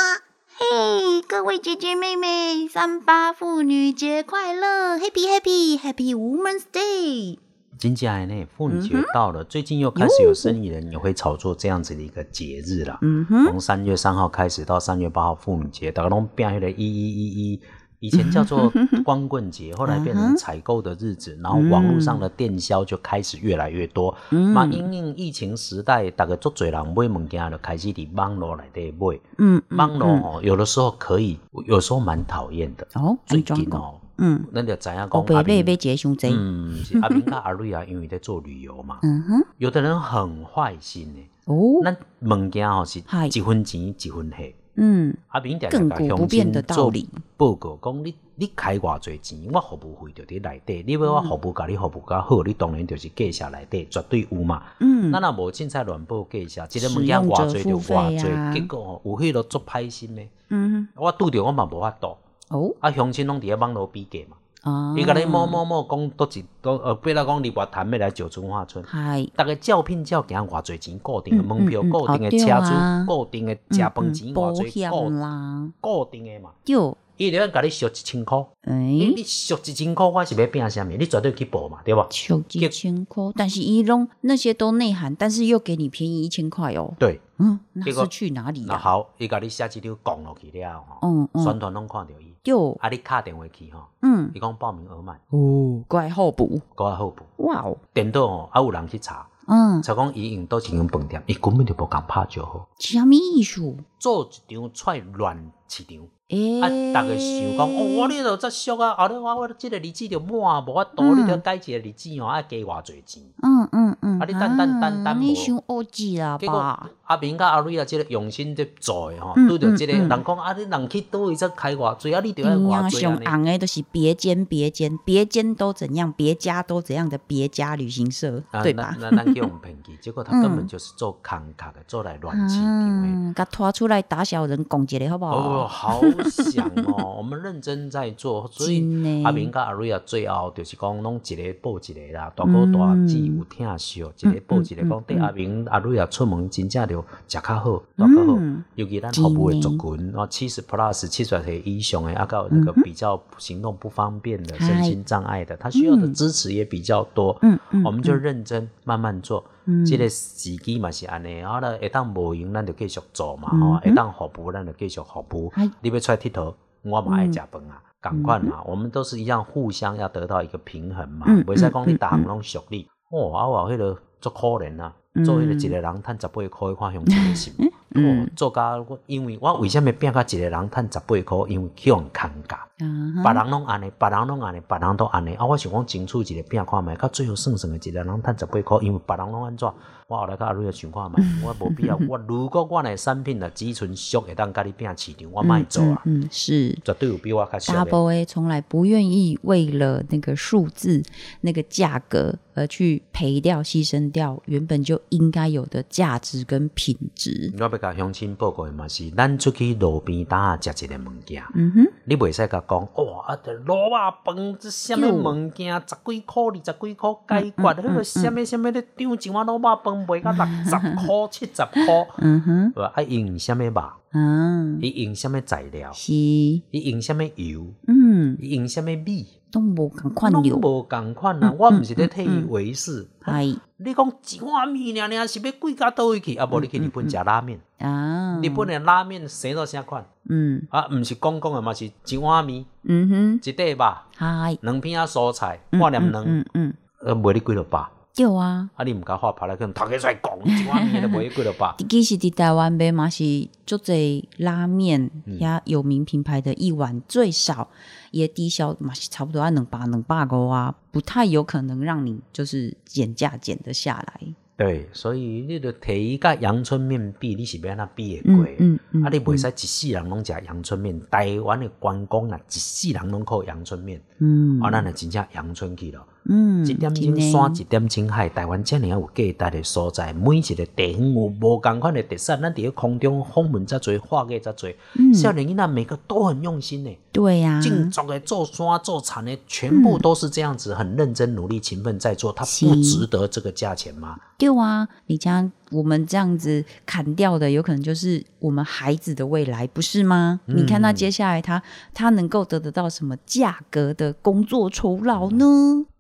S3: 嘿，各位姐姐妹妹，三八妇女节快乐！Happy Happy Happy Women's Day！
S2: 真正的呢，妇女节到了，最近又开始有生意人也会炒作这样子的一个节日啦。
S3: 嗯哼，
S2: 从三月三号开始到三月八号妇女节，大家拢变迄个一一一一，以前叫
S6: 嗯
S2: 做光棍节，后来变成采购的日子，然后网络上的
S6: 嗯
S2: 电销就开始越来越多。嘛、因应疫情时代，大家足侪人买物件就开始伫网络内底买。
S3: 嗯，
S2: 网络哦，有的时候可以，有时候蛮讨厌的。
S6: 哦，
S2: 最
S6: 安
S2: 近
S6: 怎讲，
S2: 哦，
S6: 嗯，
S2: 咱就知影讲
S6: 我
S2: 阿
S6: 白
S2: 明
S6: 类被结伤贼，
S2: 嗯，是阿明跟阿瑞啊，因为在做旅游嘛，
S6: 嗯哼，
S2: 有的人很坏心的，
S6: 哦，
S2: 咱物件吼是
S6: 嗨
S2: 一分钱一分货。啊
S6: 嗯，
S2: 阿明定
S6: 亘古不变的道理。
S2: 报告讲你你开偌济钱，我服务费就伫内底。你要我服务甲你服务较好，你当然就是计下内底绝对有嘛。
S6: 嗯，
S2: 咱若无凊彩乱报计下，一个
S6: 使
S2: 物件
S6: 用
S2: 偌
S6: 者
S2: 济
S6: 付啊
S2: 就偌
S6: 费啊
S2: 济，结果吼有迄落足歹心的。
S6: 嗯
S2: 我拄着我嘛无法度，
S6: 哼，哦，
S2: 啊乡亲拢伫咧网络比价嘛。
S6: 啊，
S2: 伊甲你某某某讲倒一倒，呃，比如讲你外潭要来石村化村，
S6: 嗨，
S2: 逐个照聘照行偌侪钱，固定的门票、
S6: 嗯嗯
S2: 固定的
S6: 哦
S2: 车
S6: 对
S2: 租、
S6: 啊
S2: 固定的食饭
S6: 嗯
S2: 钱，
S6: 嗯
S2: 偌
S6: 保
S2: 侪
S6: 险
S2: 固
S6: 啦，
S2: 固定的嘛。
S6: 对，
S2: 伊就要甲你俗一千箍，你
S6: 诶，
S2: 你俗一千箍，我是要拼啥物？你绝对去报嘛，对无？
S6: 手机千块，但是伊拢那些都内涵，但是又给你便宜一千块哦，
S2: 对，
S6: 嗯，
S2: 结
S6: 那
S2: 果
S6: 是去哪里
S2: 那
S6: 呀？
S2: 好，伊甲你写一张讲落去了吼，
S6: 嗯嗯，
S2: 宣传拢看着伊，
S6: 对，
S2: 啊，你敲电话去吼，
S6: 嗯，
S2: 伊讲报名额满，
S6: 哦，怪候补，
S2: 搁较好补。
S6: 哇哦，
S2: 颠倒吼，啊有人去查，
S6: 嗯，
S2: 查讲伊用倒一间饭店，伊根本就无共拍招呼。
S6: 什么艺术？
S2: 做一场菜乱市场，
S6: 诶，
S2: 啊，大家想讲，哦，我你都遮俗啊，后日我我即个日子就满，无法度，
S6: 嗯
S2: 你着改一个日子吼，啊，加偌侪钱。
S6: 嗯嗯嗯，
S2: 啊你等等等等
S6: 你
S2: 无
S6: 想恶记啦
S2: 结果
S6: 吧？
S2: 阿明甲阿瑞啊，即个用心在做的吼，
S6: 嗯
S2: 拄着即个
S6: 嗯嗯
S2: 人讲啊，你人去倒位则开偌济啊，你着要
S6: 营养
S2: 偌济
S6: 嗯上
S2: 安尼。
S6: 红的都是别间别间别间都怎样，别家都怎样的别家旅行社，
S2: 啊，
S6: 对
S2: 咱
S6: 吧？嗯
S2: 咱咱叫我们骗去，结果他根本就是做空壳的，做来乱市场的。
S6: 嗯，给拖出来打小人拱一下好不
S2: 哦，
S6: 好？
S2: 好想 哦，我们认真在做，所
S6: 真
S2: 以
S6: 的
S2: 阿明甲阿瑞啊，最后就是讲拢一个报一个啦，大哥大姊有疼惜，一个报一个，讲对阿明阿瑞啊出门真正着食较好，大较好
S6: 嗯，
S2: 尤其咱服务的族群，哦，七十 plus 七十岁以上的，啊，到那个比较行动不方便的、身心障碍的，他需要的支持也比较多，
S6: 嗯嗯
S2: 我们就认真慢慢做。
S6: 嗯
S2: 这个时机嘛是安尼，啊，咱会当无闲，咱就继续做嘛吼，会当服务，咱就继续服务
S6: 嗯哎。
S2: 你要出来佚佗，我嘛爱食饭啊，赶快嘛，我们都是一样，互相要得到一个平衡嘛，
S6: 嗯嗯
S2: 袂使讲你逐项拢俗你。哦，啊，我迄个足可怜啊，做迄个一个人趁十八箍，看向 真心。哦，做甲我，因为我为什么变甲一个人趁十八箍？因为去互牵价。
S3: 嗯
S6: 啊
S2: 别人拢安尼，别人拢安尼，别人都安尼。啊，我想讲争取一个拼看卖，到最后算算的一个人趁十八箍，因为别人拢安怎？我后来甲阿瑞想看卖，
S6: 嗯
S2: 我无必要。我如果我的产品若只存俗会当甲你拼市场，我卖做啊，
S6: 嗯，是。
S2: 绝对有比我较俗的。
S6: Double A 从来不愿意为了那个数字、那个价格而
S3: 而去赔掉、牺牲掉原本就应该有的价值跟品质。
S2: 我要甲乡亲报告的嘛是，咱出去路边摊啊食一个物件，
S3: 嗯哼，
S2: 你袂使甲讲，哇，啊，这卤肉饭这什么物件，十几箍、二十几箍解
S6: 嗯
S2: 决，迄个什么什么咧涨一碗卤肉饭卖到六十箍、七十箍，
S3: 嗯哼，
S2: 呃啊用什么肉，
S3: 啊，
S2: 伊用什么材料，
S3: 是，
S2: 伊用什么油，
S3: 嗯，
S2: 伊用什么米，
S3: 都无共款
S2: 拢
S3: 流，
S2: 无共款
S3: 嗯
S2: 啊！我毋是咧替伊为事，
S3: 哎，
S2: 你讲一碗面尔尔是要贵到倒位去，啊无你去
S3: 嗯
S2: 日本食拉面，
S3: 啊，
S2: 日本的拉面生到啥款？
S3: 嗯
S2: 啊，毋是讲讲的嘛，是一碗面、
S3: 嗯哼，
S2: 一块肉、
S3: 嗨，
S2: 两片啊蔬菜、
S3: 嗯
S2: 半粒
S3: 嗯
S2: 卵，
S3: 嗯嗯，
S2: 呃，卖你几落百？
S3: 对啊。
S2: 啊，你毋敢话拍来，可能头家出来讲，一碗面都卖你几落百？
S3: 其实伫台湾买嘛是足侪拉面，遐有名品牌的一碗最少也低消嘛是差不多要两百两百五啊，不太有可能让你就是减价减得下来。
S2: 对，所以你着摕伊甲阳春面比，你是要安怎比会
S3: 嗯
S2: 过？
S3: 嗯嗯，
S2: 啊，你袂使一世人拢食阳春面，台湾的观光啊，一世人拢靠阳春面，
S3: 嗯
S2: 啊，咱若真正阳春去咯。
S3: 嗯
S2: 一点
S3: 真
S2: 钟
S3: 的
S2: 山，一点钟海，台湾遮尔有价值的所在，每一个地方有无共款的特色，咱伫咧空中访问遮多，画个遮多，
S3: 嗯
S2: 少年囡仔每个都很用心呢。
S3: 对啊嗯呀、
S2: 静坐的、做山、做产的，全部都是这样子，很认真、努力、勤奋在做，它不
S3: 嗯是
S2: 值得这个价钱吗？
S3: 对啊，你将我们这样子砍掉的，有可能就是我们孩子的未来，不是吗？
S2: 嗯
S3: 你看他接下来他他能够得得到什么价格的工作酬劳呢？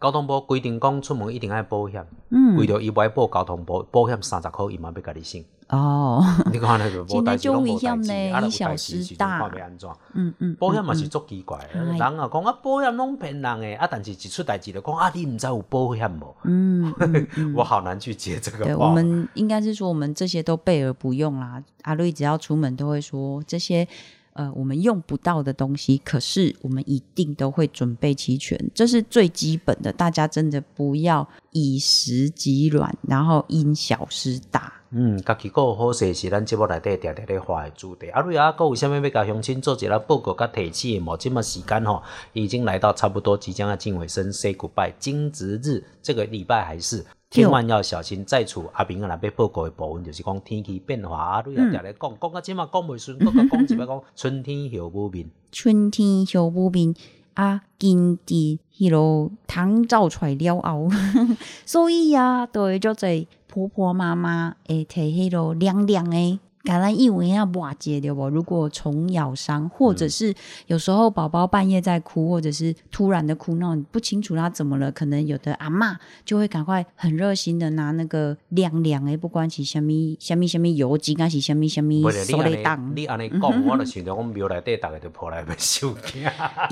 S2: 交通部规定讲，出门一定爱保险，
S3: 嗯
S2: 为着伊不爱报交通保保险三十块，伊嘛要甲你省。
S3: 哦，
S2: 你看那个无代志拢无代志
S3: 真的就危险，呢
S2: 啊，若有
S3: 以小
S2: 代志
S3: 失
S2: 时阵
S3: 大
S2: 看要安怎？
S3: 嗯嗯，
S2: 保险嘛是足奇怪的，
S3: 哎
S2: 人啊讲啊保险拢骗人诶，啊但是一出代志就讲啊你毋知有保险无，
S3: 嗯，嗯
S2: 我好难去接这个
S3: 对，
S2: 话。
S3: 我们应该是说我们这些都备而不用啦。阿瑞只要出门都会说这些。呃，我们用不到的东西，可是我们一定都会准备齐全，这是最基本的。大家真的不要以时击软，然后因小失大。
S2: 嗯，家己个好势是咱节目内底常常咧话诶主题。啊，瑞啊，佫有啥物要甲乡亲做一下报告甲提醒的无？即么时间吼，已经来到差不多即将要进尾声，say goodbye。惊蛰日这个礼拜还是。千万要小心，在厝阿平啊，若要报告的部分就是讲天气变化，啊，
S3: 嗯
S2: 瑞啊，常咧讲，讲到即马讲袂顺，佫佫讲一摆讲春天后母面。
S3: 春天小步兵啊，金地迄落糖造出来了后， 所以啊，就会做侪婆婆妈妈会摕迄落凉凉诶。甲咱以为要抹解对无？如果虫咬伤，或者是有时候宝宝半夜在哭，或者是突然的哭闹，你不清楚他怎么了，可能有的阿嬷就会赶快很热心的拿那个凉凉诶，不管是虾米虾米虾米油精啊，还是虾米虾米
S2: 不是
S3: 手雷
S2: 你
S3: 档
S2: 安尼，，你安尼
S3: 嗯
S2: 讲，我就想着我庙内底大家就抱来要收惊。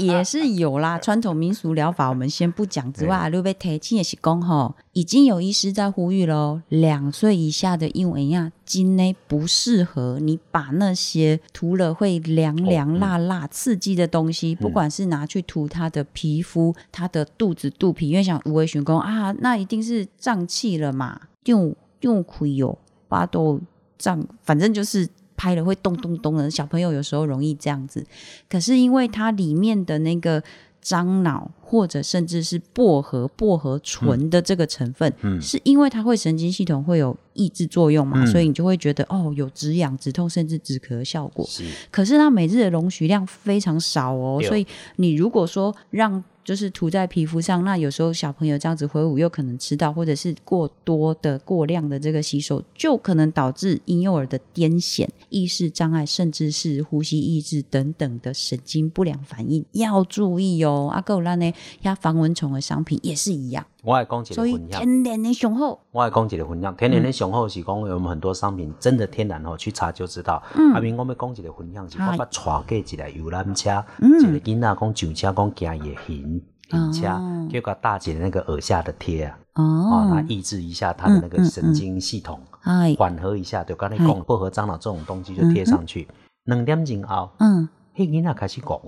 S3: 也是有啦，传统民俗疗法我们先不讲之外，
S2: 嗯
S3: 阿六被提起也是讲吼，已经有医师在呼吁喽，两岁以下的幼儿呀，真的不适合你把那些涂了会凉凉辣辣刺激的东西，不管是拿去涂他的皮肤、他的肚子、肚皮，因为想无为寻工啊，那一定是胀气了嘛，用用哦亏哟，巴豆胀，反正就是。拍了会咚咚咚的，小朋友有时候容易这样子，可是因为它里面的那个樟脑或者甚至是薄荷、薄荷醇的这个成分，
S2: 嗯
S3: 是因为它会神经系统会有抑制作用嘛，
S2: 嗯
S3: 所以你就会觉得哦，有止痒、止痛甚至止咳的效果。
S2: 是，
S3: 可 是它每日的容许量非常少哦，
S2: 对
S3: 所以你如果说让就是涂在皮肤上，那有时候小朋友这样子挥舞，又可能吃到或者是过多的、过量的这个吸收，就可能导致婴幼儿的癫痫、意识障碍，甚至是呼吸抑制等等的神经不良反应，要注意哦。阿够咱呢，压防蚊虫的商品也是一样，
S2: 我来讲一个
S3: 所以
S2: 分享，
S3: 天然的雄厚，
S2: 我来讲一个分
S3: 嗯
S2: 享。天然的上好是讲，我们很多商品真的天然哦，去查就知道。阿明，我要讲一个分享是，我
S3: 嗯嗨嗯
S2: 捌带过一个游览车，一个囡仔讲上车讲惊伊晕。晕车
S3: 哦，
S2: 叫个大姐的那个耳下的贴啊，哦，
S3: 哦
S2: 来，抑制一下他的那个神经系统，
S3: 哎，
S2: 缓和一下。就刚才
S3: 嗨
S2: 讲薄荷、樟脑这种东西就贴上去，两点钟后，
S3: 嗯
S2: 迄囡仔开始 讲，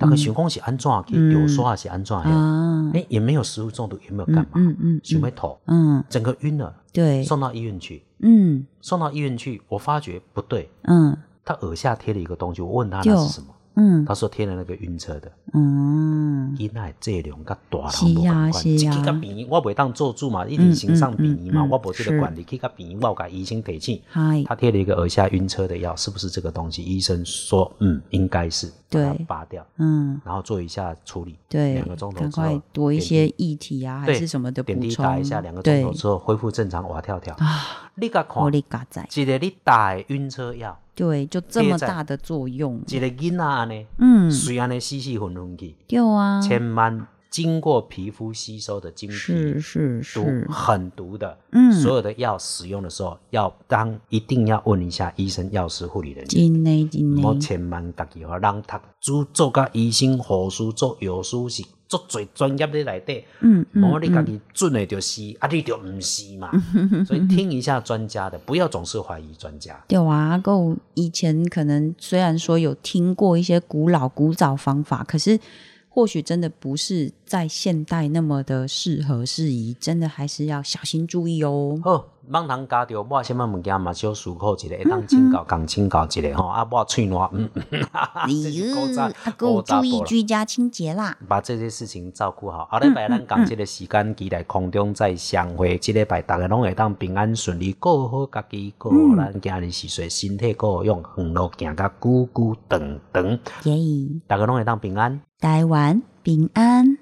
S2: 大概想讲是安怎去
S3: 嗯
S2: 流沙是安怎的，
S3: 啊，
S2: 哎、也没有食物中毒，也没有干嘛，
S3: 嗯嗯
S2: 想要吐，
S3: 嗯，
S2: 整个晕了，
S3: 对，
S2: 送到医院去，
S3: 嗯
S2: 送到医院去，我发觉不对，
S3: 嗯
S2: 他耳下贴了一个东西，我问他
S3: 就
S2: 那是什么，
S3: 嗯
S2: 他说贴了那个晕车的，
S3: 嗯，
S2: 囡仔的质量甲大
S3: 是啊
S2: 人无共款，
S3: 是啊嗯
S2: 一去甲病院，我袂当做主嘛，一定行上病院嘛，
S3: 嗯嗯嗯
S2: 我无这
S3: 是
S2: 个管理，去甲病院，我有甲医生提醒，
S3: 嗨，
S2: 他贴了一个耳下晕车的药，是不是这个东西？医生说，嗯，应该是，
S3: 对
S2: 把它拔掉，
S3: 嗯，
S2: 然后做一下处理，
S3: 对
S2: 两个钟，头
S3: 赶
S2: 之后
S3: 快多一
S2: 点滴
S3: 些液体啊，还
S2: 对
S3: 是什么的补
S2: 点滴
S3: 充，
S2: 打一下，两个钟
S3: 对
S2: 头之后恢复正常，哇跳跳。
S3: 啊，
S2: 你甲看
S3: 我，力嘎仔，
S2: 一个你打的晕车药，
S3: 对，就这
S2: 贴
S3: 么
S2: 在
S3: 大的作用，
S2: 一个囡仔安尼，
S3: 嗯，
S2: 虽然呢死死混混去，
S3: 对啊，
S2: 千万经过皮肤吸收的经
S3: 是
S2: 皮
S3: 是
S2: 毒
S3: 是，
S2: 很毒的，
S3: 嗯
S2: 所有的药使用的时候，要当一定要问一下医生、药师、护理人员。
S3: 真的真
S2: 莫
S3: 的，
S2: 千万家己互人读主做甲医生、护士、做药师是足侪专业咧内底，
S3: 嗯嗯
S2: 无你家己准的就是，啊你就毋是 嘛。所以听一下专家的，不要总是怀疑专家。
S3: 对啊，够以前可能虽然说有听过一些古老古早方法，可是或许真的不是在现代那么的适合适宜，真的还是要小心注意哦。
S2: 好，茫通加着抹什么物件嘛，小思考一下，会
S3: 嗯
S2: 当请教共请教一下吼。啊，抹喙暖，嗯， 这是古早
S3: 啊，给我
S2: 古早
S3: 注意
S2: 步啦
S3: 居家清洁啦。
S2: 把这些事情照顾好。后礼拜咱
S3: 嗯
S2: 共这个时间，期待空中再相会。这礼拜大家拢会当平安顺利，过好家己，过好
S3: 嗯
S2: 咱今日是说身体过好，用远路行甲久久长长，
S3: 耶！
S2: 大家拢会当平安。
S3: 台湾平安。